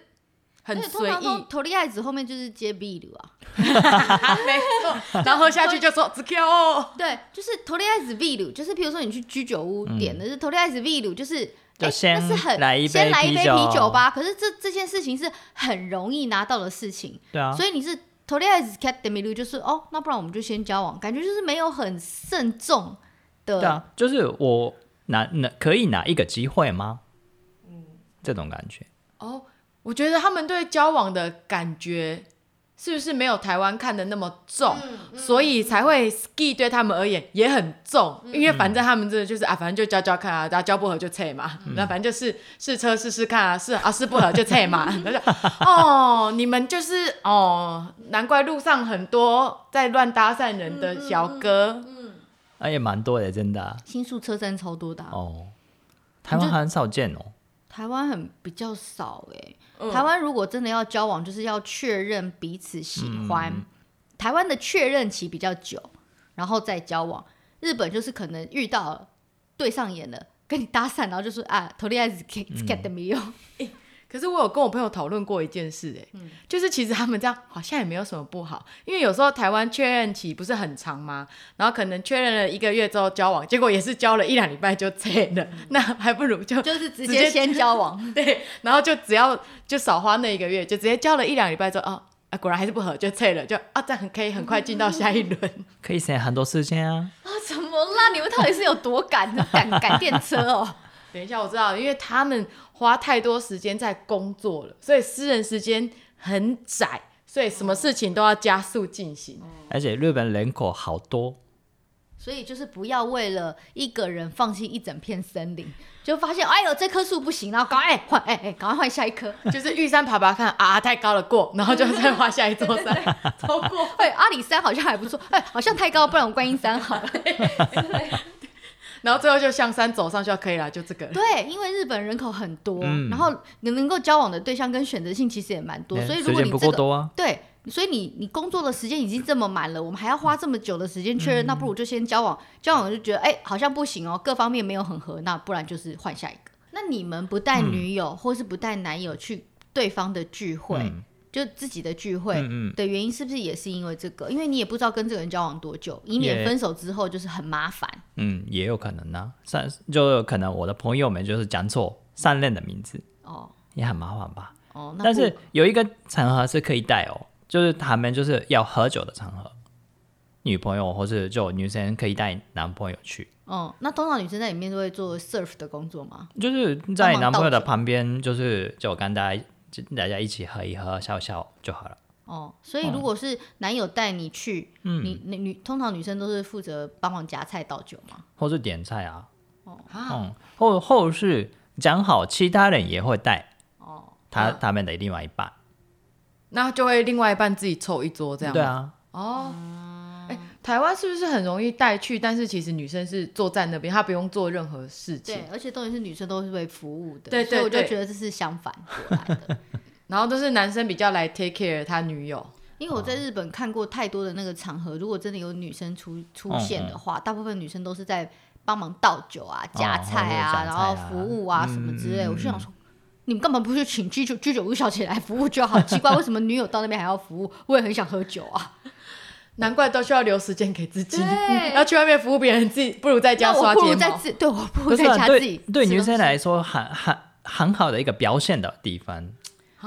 [SPEAKER 1] 很
[SPEAKER 3] 而且哎通
[SPEAKER 1] 随
[SPEAKER 3] 常都
[SPEAKER 1] 意，
[SPEAKER 3] 头利爱子后面就是接 B 流啊，
[SPEAKER 1] 没错。然后下去就说只 Q 哦，
[SPEAKER 3] 对，就是头利爱子 B 流，就是比如说你去居酒屋点的是头利爱子 B 流，就是。
[SPEAKER 2] 嗯就
[SPEAKER 3] 哎
[SPEAKER 2] 先
[SPEAKER 3] 那是很
[SPEAKER 2] 来一杯
[SPEAKER 3] 先来一
[SPEAKER 2] 啤
[SPEAKER 3] 杯
[SPEAKER 2] 酒
[SPEAKER 3] 啤酒吧。可是这这件事情是很容易拿到的事情，
[SPEAKER 2] 对啊，
[SPEAKER 3] 所以你是头恋爱 cat 的 m i 就是哦，那不然我们就先交往，感觉就是没有很慎重的。
[SPEAKER 2] 对啊，就是我拿拿可以拿一个机会吗？
[SPEAKER 3] 嗯
[SPEAKER 2] 这种感觉，
[SPEAKER 1] 哦，我觉得他们对交往的感觉是不是没有台湾看的那么重，所以才会 ski 对他们而言也很重，因为反正他们这就是啊，反正就交交看啊，大家交不合就撤嘛，那、反正就试试车试试看啊，试啊试不合就撤嘛。他就哦，你们就是哦，难怪路上很多在乱搭讪人的小哥，
[SPEAKER 2] 啊，也蛮多的，真的啊、
[SPEAKER 3] 新宿车站超多的啊、
[SPEAKER 2] 哦，台湾很少见哦。
[SPEAKER 3] 台湾很比较少哎、台湾如果真的要交往，就是要确认彼此喜欢。台湾的确认期比较久，然后再交往。日本就是可能遇到了对上眼了，跟你搭讪，然后就说啊，头恋爱 cat cat 的 m i
[SPEAKER 1] 可是我有跟我朋友讨论过一件事、欸，哎、就是其实他们这样好像也没有什么不好，因为有时候台湾确认期不是很长吗？然后可能确认了一个月之后交往，结果也是交了一两礼拜就拆了，那还不如就
[SPEAKER 3] 就是
[SPEAKER 1] 直
[SPEAKER 3] 直
[SPEAKER 1] 接
[SPEAKER 3] 接先交往。
[SPEAKER 1] 对，然后就只要就少花那一个月，就直接交了一两礼拜之后，哦，啊果然还是不合就拆了，就啊这样很可以很快进到下一轮。
[SPEAKER 2] 可以省很多时间啊，
[SPEAKER 3] 啊，怎么啦？你们到底是有多赶？赶赶电车哦？
[SPEAKER 1] 等一下，我知道，因为他们花太多时间在工作了，所以私人时间很窄，所以什么事情都要加速进行。
[SPEAKER 2] 而且日本人口好多，
[SPEAKER 3] 所以就是不要为了一个人放弃一整片森林，就发现哎呦这棵树不行，然后赶快哎换哎哎赶快换下一棵。
[SPEAKER 1] 就是玉山爬爬看啊，太高了过，然后就再画下一座山，超过。
[SPEAKER 3] 哎，阿里山好像还不错，哎，好像太高，不然我观音 山好了。
[SPEAKER 1] 然后最后就向山走上去，可以了，就这个。
[SPEAKER 3] 对，因为日本人口很多，
[SPEAKER 2] 嗯
[SPEAKER 3] 然后你能够交往的对象跟选择性其实也蛮多，
[SPEAKER 2] 嗯
[SPEAKER 3] 所以如
[SPEAKER 2] 时
[SPEAKER 3] 果
[SPEAKER 2] 间
[SPEAKER 3] 你
[SPEAKER 2] 不
[SPEAKER 3] 这
[SPEAKER 2] 够
[SPEAKER 3] 个
[SPEAKER 2] 多啊。
[SPEAKER 3] 对，所以你你工作的时间已经这么满了，我们还要花这么久的时间确认，那不如就先交往。交往就觉得哎、好像不行哦，各方面没有很合，那不然就是换下一个。嗯那你们不带女友、或是不带男友去对方的聚会，
[SPEAKER 2] 嗯
[SPEAKER 3] 就自己的聚会
[SPEAKER 2] 嗯嗯
[SPEAKER 3] 的原因，是不是也是因为这个？因为你也不知道跟这个人交往多久，以免
[SPEAKER 2] 也
[SPEAKER 3] 分手之后就是很麻烦。
[SPEAKER 2] 嗯，也有可能啊，上就可能我的朋友们就是讲错上任的名字，
[SPEAKER 3] 哦
[SPEAKER 2] 也很麻烦吧。
[SPEAKER 3] 哦，那
[SPEAKER 2] 但
[SPEAKER 3] 不
[SPEAKER 2] 是有一个场合是可以带哦，就是他们就是要喝酒的场合，女朋友或是就女生可以带男朋友去，
[SPEAKER 3] 哦，那通常女生在里面都会做 surf 的工作吗？
[SPEAKER 2] 就是在男朋友的旁边，就是就跟大家就大家一起喝一喝笑笑就好了。
[SPEAKER 3] 哦，所以如果是男友带你去，
[SPEAKER 2] 嗯
[SPEAKER 3] 你你女通常女生都是负责帮忙夹菜倒酒嘛。
[SPEAKER 2] 或是点菜啊，
[SPEAKER 3] 哦
[SPEAKER 1] 啊，
[SPEAKER 2] 嗯，后后续讲好，其他人也会带
[SPEAKER 3] 哦，
[SPEAKER 2] 他、
[SPEAKER 1] 啊
[SPEAKER 2] 他们的另外一半，
[SPEAKER 1] 那就会另外一半自己凑一桌这样。
[SPEAKER 2] 对。啊，
[SPEAKER 1] 哦，哎、台湾是不是很容易带去？但是其实女生是坐在那边，她不用做任何事
[SPEAKER 3] 对
[SPEAKER 1] 情，，
[SPEAKER 3] 而且重点是女生都是被服务的，
[SPEAKER 1] 对
[SPEAKER 3] 所以我
[SPEAKER 1] 对
[SPEAKER 3] 就
[SPEAKER 1] 对
[SPEAKER 3] 觉得这是相反过 来的。
[SPEAKER 1] 然后都是男生比较来 take care 他女友。
[SPEAKER 3] 因为我
[SPEAKER 2] 哦
[SPEAKER 3] 在日本看过太多的那个场合，如果真的有女生出
[SPEAKER 2] 哦
[SPEAKER 3] 出现
[SPEAKER 2] 嗯
[SPEAKER 3] 的话，大部分女生都是在帮忙倒酒啊、夹菜啊，
[SPEAKER 2] 哦或者夹菜啊
[SPEAKER 3] 然后服务啊、
[SPEAKER 2] 嗯
[SPEAKER 3] 什么之类。
[SPEAKER 2] 嗯
[SPEAKER 3] 我就想说，你们干嘛不去请居酒居酒屋小姐来服务就好？奇怪，为什么女友到那边还要服务？我也很想喝酒啊。
[SPEAKER 1] 难怪都需要留时间给自己，
[SPEAKER 3] 对
[SPEAKER 1] 要去外面服务别人，自己不如在家
[SPEAKER 3] 那我
[SPEAKER 1] 刷
[SPEAKER 3] 不
[SPEAKER 1] 睫
[SPEAKER 3] 如在
[SPEAKER 1] 毛。
[SPEAKER 3] 自对，我不
[SPEAKER 2] 不
[SPEAKER 3] 如
[SPEAKER 2] 是
[SPEAKER 3] 在
[SPEAKER 2] 啊、
[SPEAKER 3] 家
[SPEAKER 2] 对
[SPEAKER 3] 自己
[SPEAKER 2] 对
[SPEAKER 3] 吃
[SPEAKER 2] 女
[SPEAKER 3] 东
[SPEAKER 2] 生
[SPEAKER 3] 西
[SPEAKER 2] 来说很很很好的一个表现的地方，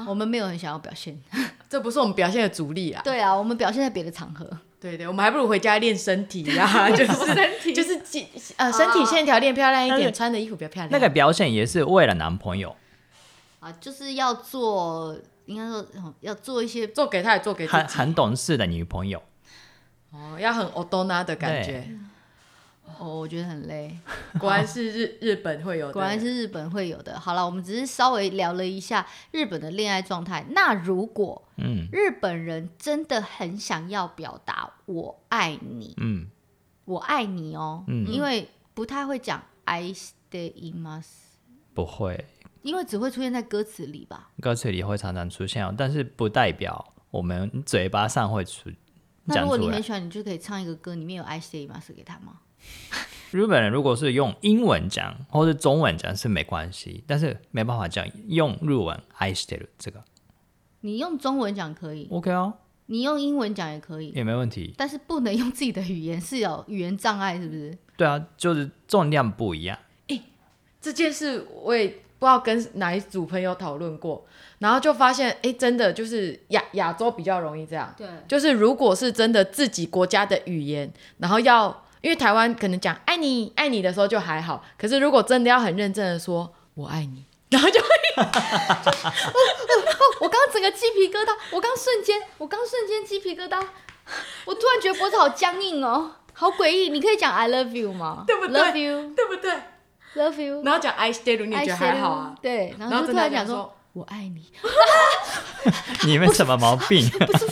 [SPEAKER 3] 我们没有很想要表现。
[SPEAKER 1] 这不是我们表现的主力啊。
[SPEAKER 3] 对啊，我们表现在别的场合。
[SPEAKER 1] 对对，我们还不如回家练身体呀、就是身体，就是肌呃身体线条练漂亮一
[SPEAKER 2] 但
[SPEAKER 1] 点，
[SPEAKER 2] 是
[SPEAKER 1] 穿的衣服比较漂亮。
[SPEAKER 2] 那个表现也是为了男朋友，
[SPEAKER 3] 啊，就是要做，应该说嗯要做一些
[SPEAKER 1] 做给他也做给自
[SPEAKER 2] 很
[SPEAKER 1] 己，
[SPEAKER 2] 很懂事的女朋友，
[SPEAKER 1] 哦，要很 o d o n a 的感觉。
[SPEAKER 3] 哦，我觉得很累，
[SPEAKER 1] 果然是日日本会有的，
[SPEAKER 3] 果然是日本会有的。好了，我们只是稍微聊了一下日本的恋爱状态。那如果
[SPEAKER 2] 嗯
[SPEAKER 3] 日本人真的很想要表达“我爱你
[SPEAKER 2] 嗯”，
[SPEAKER 3] 我爱你哦，
[SPEAKER 2] 嗯
[SPEAKER 3] 因为不太会讲 “I stay in mas”，
[SPEAKER 2] 不会，
[SPEAKER 3] 因为只会出现在歌词里吧。
[SPEAKER 2] 歌词里会常常出现哦，但是不代表我们嘴巴上会出
[SPEAKER 3] 那
[SPEAKER 2] 讲
[SPEAKER 3] 如果你
[SPEAKER 2] 出来
[SPEAKER 3] 很。喜欢，你就可以唱一个歌，里面有 I say 吗？是给他吗？
[SPEAKER 2] 日本人如果是用英文讲或是中文讲是没关系，但是没办法讲用日文 I s る这个
[SPEAKER 3] 你用中文讲可以，
[SPEAKER 2] OK 哦，
[SPEAKER 3] 你用英文讲也可以，
[SPEAKER 2] 也没问题。
[SPEAKER 3] 但是不能用自己的语言，是有语言障碍，是不是？
[SPEAKER 2] 对啊，就是重量不一样。
[SPEAKER 1] 这件事我也不知道跟哪一组朋友讨论过，然后就发现，哎，真的就是亚亚洲比较容易这样，
[SPEAKER 3] 对，
[SPEAKER 1] 就是如果是真的自己国家的语言，然后要因为台湾可能讲爱你爱你的时候就还好，可是如果真的要很认真的说我爱你，然后就 会
[SPEAKER 3] 我刚刚整个鸡皮疙瘩，我刚瞬间，我刚瞬间鸡皮疙瘩，我突然觉得脖子好僵硬哦，好诡异。你可以讲 I love you 吗？
[SPEAKER 1] 对不对
[SPEAKER 3] Love you,
[SPEAKER 1] 对不对？
[SPEAKER 3] love you。
[SPEAKER 1] 然后讲 I stay 你
[SPEAKER 3] I
[SPEAKER 1] 觉得
[SPEAKER 3] say
[SPEAKER 1] 还好啊？
[SPEAKER 3] 对，然
[SPEAKER 1] 然
[SPEAKER 3] 后
[SPEAKER 1] 后
[SPEAKER 3] 就
[SPEAKER 1] 真
[SPEAKER 3] 突
[SPEAKER 1] 的
[SPEAKER 3] 然
[SPEAKER 1] 讲
[SPEAKER 3] 讲说
[SPEAKER 1] 说
[SPEAKER 3] “我爱你
[SPEAKER 2] 你们什么毛病？”，
[SPEAKER 3] 不舒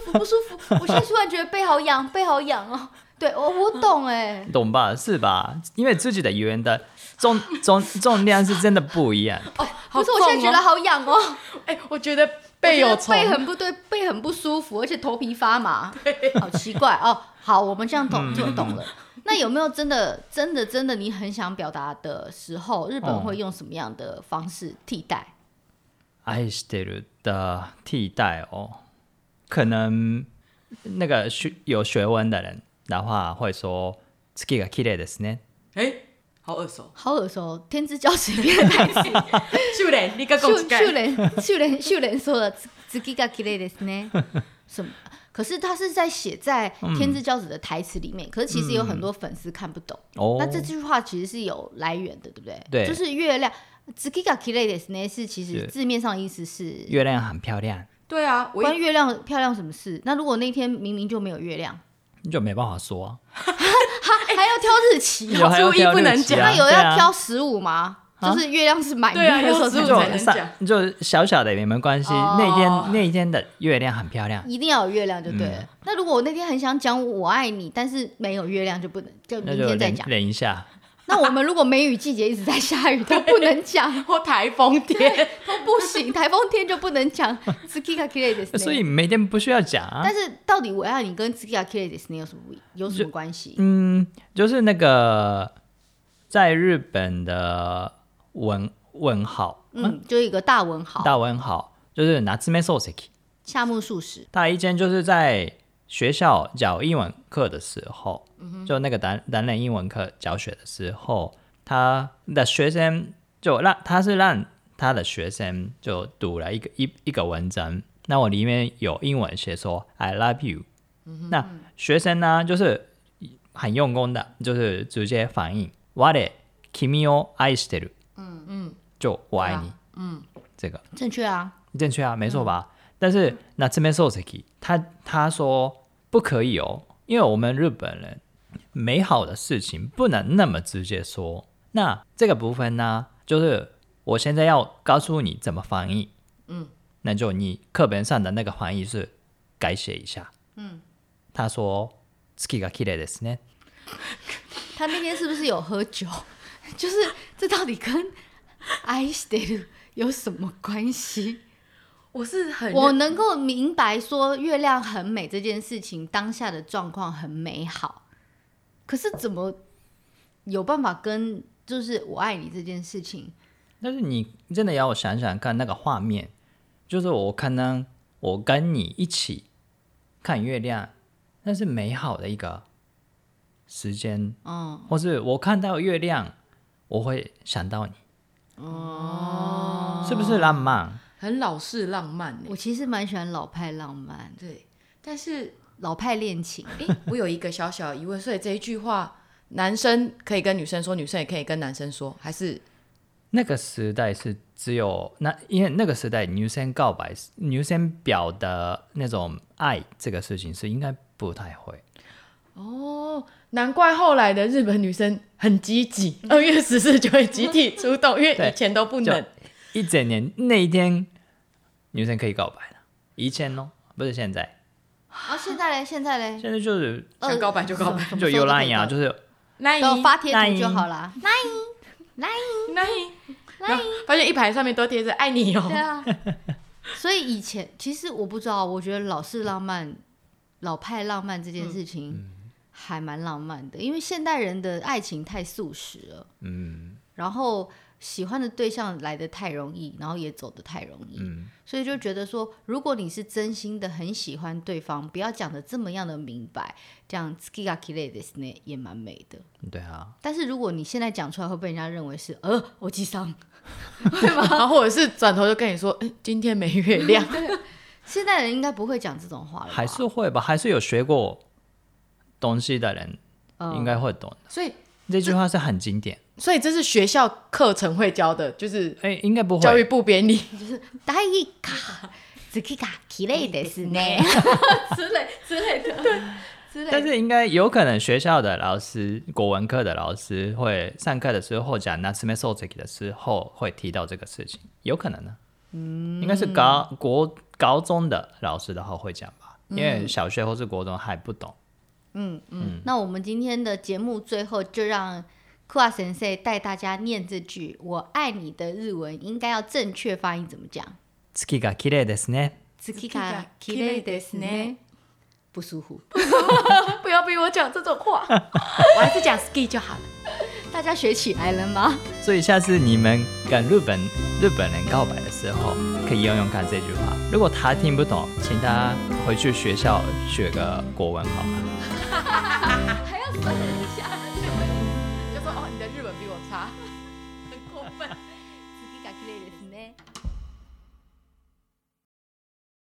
[SPEAKER 3] 服，不舒服，我现在突然觉得背好痒，背好痒哦。对，我我懂哎，
[SPEAKER 2] 懂吧？是吧？因为自己的语言的重重重量是真的不一样。
[SPEAKER 1] 哦，
[SPEAKER 3] 不
[SPEAKER 1] 好
[SPEAKER 3] 是，我现在
[SPEAKER 1] 重
[SPEAKER 3] 觉得
[SPEAKER 1] 哦，
[SPEAKER 3] 好痒哦，
[SPEAKER 1] 哎，我觉得背有
[SPEAKER 3] 我觉
[SPEAKER 1] 虫
[SPEAKER 3] 得，背很不对，背很不舒服，而且头皮发麻，好奇怪哦。好，我们这样懂就懂了。那有没有真的真的真的你很想表达的时候，日本
[SPEAKER 2] 嗯
[SPEAKER 3] 会用什么样的方式替代？
[SPEAKER 2] 爱してる的替代哦，可能那个学有学问的人的话会说“月が綺麗ですね
[SPEAKER 1] 哎，好耳熟，
[SPEAKER 3] 好耳熟，天之骄子里面的台词。
[SPEAKER 1] 秀莲，你个
[SPEAKER 3] 秀
[SPEAKER 1] 狗干
[SPEAKER 3] 秀，莲秀莲秀莲说了，自己が綺麗ですね。什么？可是他是在写在《天之骄子》的台词里面，可是其实有很多粉丝看不懂。”。
[SPEAKER 2] 哦，
[SPEAKER 3] 那这句话其实是有来源的，对不对？
[SPEAKER 2] 对
[SPEAKER 3] 就是月亮。呃自己が綺麗ですね是其实
[SPEAKER 2] 是
[SPEAKER 3] 字面上意思是
[SPEAKER 2] 月亮很漂亮，
[SPEAKER 1] 对啊，我
[SPEAKER 3] 关
[SPEAKER 1] 一
[SPEAKER 3] 于月亮漂亮什么事？那如果那天明明就没有 月亮，
[SPEAKER 2] 就没办法说、啊。
[SPEAKER 3] 哈，还要挑日 期哦，
[SPEAKER 2] 有还要
[SPEAKER 1] 初一
[SPEAKER 2] 挑
[SPEAKER 1] 不能
[SPEAKER 2] 日期
[SPEAKER 1] 讲
[SPEAKER 2] 啊
[SPEAKER 3] 那有
[SPEAKER 2] 哎对啊
[SPEAKER 3] 要挑十五吗？
[SPEAKER 2] 啊
[SPEAKER 3] 就是月亮是满
[SPEAKER 1] 对啊
[SPEAKER 3] 月的时候
[SPEAKER 1] 要
[SPEAKER 3] 才
[SPEAKER 1] 15才
[SPEAKER 2] 就
[SPEAKER 3] 能
[SPEAKER 1] 能
[SPEAKER 3] 讲
[SPEAKER 2] 上就小小的也没关系。
[SPEAKER 3] 哦嗯
[SPEAKER 2] 那天那一天的月亮很漂亮，
[SPEAKER 3] 一定要有月亮就对了。
[SPEAKER 2] 嗯
[SPEAKER 3] 那如果我那天很想讲我爱你，但是没有月亮就不能，就
[SPEAKER 2] 那
[SPEAKER 3] 明
[SPEAKER 2] 就
[SPEAKER 3] 天再
[SPEAKER 2] 忍
[SPEAKER 3] 讲。
[SPEAKER 2] 忍一下。
[SPEAKER 3] 那我们如果梅雨季节一直在下雨，都不能 讲，
[SPEAKER 1] 或台风 天，
[SPEAKER 3] 都不行。台风天就不能讲 “skika k i l e
[SPEAKER 2] 所以每天不需要讲啊。
[SPEAKER 3] 但是到底我爱你跟 “skika k i l e 有什么不一有什么关系？
[SPEAKER 2] 嗯，就是那个在日本的文文豪，
[SPEAKER 3] 嗯，就一个大文豪
[SPEAKER 2] 大文豪就是夏目漱石。
[SPEAKER 3] 夏目漱石。
[SPEAKER 2] 他以前就是在学校教英文课的时候，就那个男男人英文课教学的时候，他的学生就让他是让他的学生就读了一个一一个文章，那我里面有英文写说 I love you，、那学生呢就是很用功的，就是直接反应我的 kimi o 爱してる，嗯嗯，就我爱你，嗯，这个。
[SPEAKER 3] 正确啊，
[SPEAKER 2] 正确啊，没错吧？但是那这边 s o s k i 他他说不可以哦，因为我们日本人美好的事情不能那么直接说。那这个部分呢，就是我现在要告诉你怎么翻译，嗯，那就你课本上的那个翻译是改写一下，嗯，他说 “ski ga k i ですね
[SPEAKER 3] 他那天是不是有喝酒？ 就是这到底跟 “I still” 有什么关系？
[SPEAKER 1] 我是很
[SPEAKER 3] 我能够明白说月亮很美这件事情，当下的状况很美好，可是怎么有办法跟就是我爱你这件事情？”，
[SPEAKER 2] 但是你真的要我想想看那个画面，就是我看到我跟你一起看月亮，那是美好的一个时间，
[SPEAKER 3] 嗯，
[SPEAKER 2] 或是我看到月亮，我会想到你，哦，是不是浪漫？
[SPEAKER 1] 很老式浪漫欸
[SPEAKER 3] 我其实蛮喜欢老派浪漫、
[SPEAKER 1] 对，但是
[SPEAKER 3] 老派恋 情。
[SPEAKER 1] 诶，我有一个小小的疑问，所以这一句话，男生可以跟女生说，女生也可以跟男生说，还是
[SPEAKER 2] 那个时代是只有那，因为那个时代女生告白、女生表达那种爱这个事情是应该不太会。
[SPEAKER 1] 哦，难怪后来的日本女生很积极，二月十四就会集体出动，因为
[SPEAKER 2] 对
[SPEAKER 1] 以前都不
[SPEAKER 2] 就
[SPEAKER 1] 能。
[SPEAKER 2] 一整年那一天，女生可以告白了。以前哦，不是现在，
[SPEAKER 3] 然后、啊现在嘞，现在嘞，
[SPEAKER 2] 现在就是
[SPEAKER 3] 呃
[SPEAKER 1] 想告白就告白
[SPEAKER 3] 什么
[SPEAKER 2] 就有烂呀，
[SPEAKER 3] 什
[SPEAKER 2] 就
[SPEAKER 3] 么时候
[SPEAKER 2] 是
[SPEAKER 1] 那
[SPEAKER 3] 都可
[SPEAKER 1] 一
[SPEAKER 3] 以告白给嗯我发贴
[SPEAKER 2] 赖
[SPEAKER 3] 图
[SPEAKER 2] 音
[SPEAKER 3] 就好啦。那
[SPEAKER 1] 那一，然后发现一排上面都贴着“爱你
[SPEAKER 3] 对
[SPEAKER 1] 哦
[SPEAKER 3] 啊 啊，所以以前其实我不知道，我觉得老式浪漫老派浪漫这件事情
[SPEAKER 2] 嗯
[SPEAKER 3] 还蛮浪漫的，因为现代人的爱情太速食了，
[SPEAKER 2] 嗯
[SPEAKER 3] 然后喜欢的对象来的太容易，然后也走的太容易，
[SPEAKER 2] 嗯
[SPEAKER 3] 所以就觉得说，如果你是真心的很喜欢对方，不要讲的这么样的明白，这样 s k i a k i l e ですね也蛮美的。
[SPEAKER 2] 对啊，
[SPEAKER 3] 但是如果你现在讲出来，会被人家认为是呃，我记伤。
[SPEAKER 1] 然后或者是转头就跟你说，哎今天没月亮，
[SPEAKER 3] 现代人应该不会讲这种话了吧，
[SPEAKER 2] 还是会吧，还是有学过东西的人
[SPEAKER 3] 呃
[SPEAKER 2] 应该会懂。
[SPEAKER 1] 所以
[SPEAKER 2] 这句话是很经典，
[SPEAKER 1] 所以这是学校课程会教的，就是
[SPEAKER 2] 哎、应该不
[SPEAKER 1] 教育
[SPEAKER 2] 会，
[SPEAKER 1] 部编你。
[SPEAKER 3] 大一卡 s k i a k i l e ですね 之类之类的，对之类
[SPEAKER 2] 但
[SPEAKER 3] 的。
[SPEAKER 2] 是应该有可能学校的老师，国文课的老师会上课的时候讲 n a s m e s o z i 的时候会提到这个事情，有可能呢、嗯，应该是高国高中的老师的话会讲吧，因为小学或是国中还不懂。嗯
[SPEAKER 3] 那我们今天的节目最后就让库瓦先生带大家念这句“我爱你”的日文应该要正确发音怎么讲？
[SPEAKER 2] 月が綺麗ですね。
[SPEAKER 3] 月
[SPEAKER 1] が綺麗ですね。
[SPEAKER 3] 不舒服，
[SPEAKER 1] 不要逼我讲这种 话，我还是讲 ski 就好了。
[SPEAKER 3] 大家学起来了吗？
[SPEAKER 2] 所以下次你们跟日本日本人告白的时候，可以用用看这句话。如果他听不懂，请他回去学校学个国文好吗？
[SPEAKER 3] 还要等一下。
[SPEAKER 1] 就说哦，你的日文比我差，很过分。
[SPEAKER 3] 月が綺麗ですね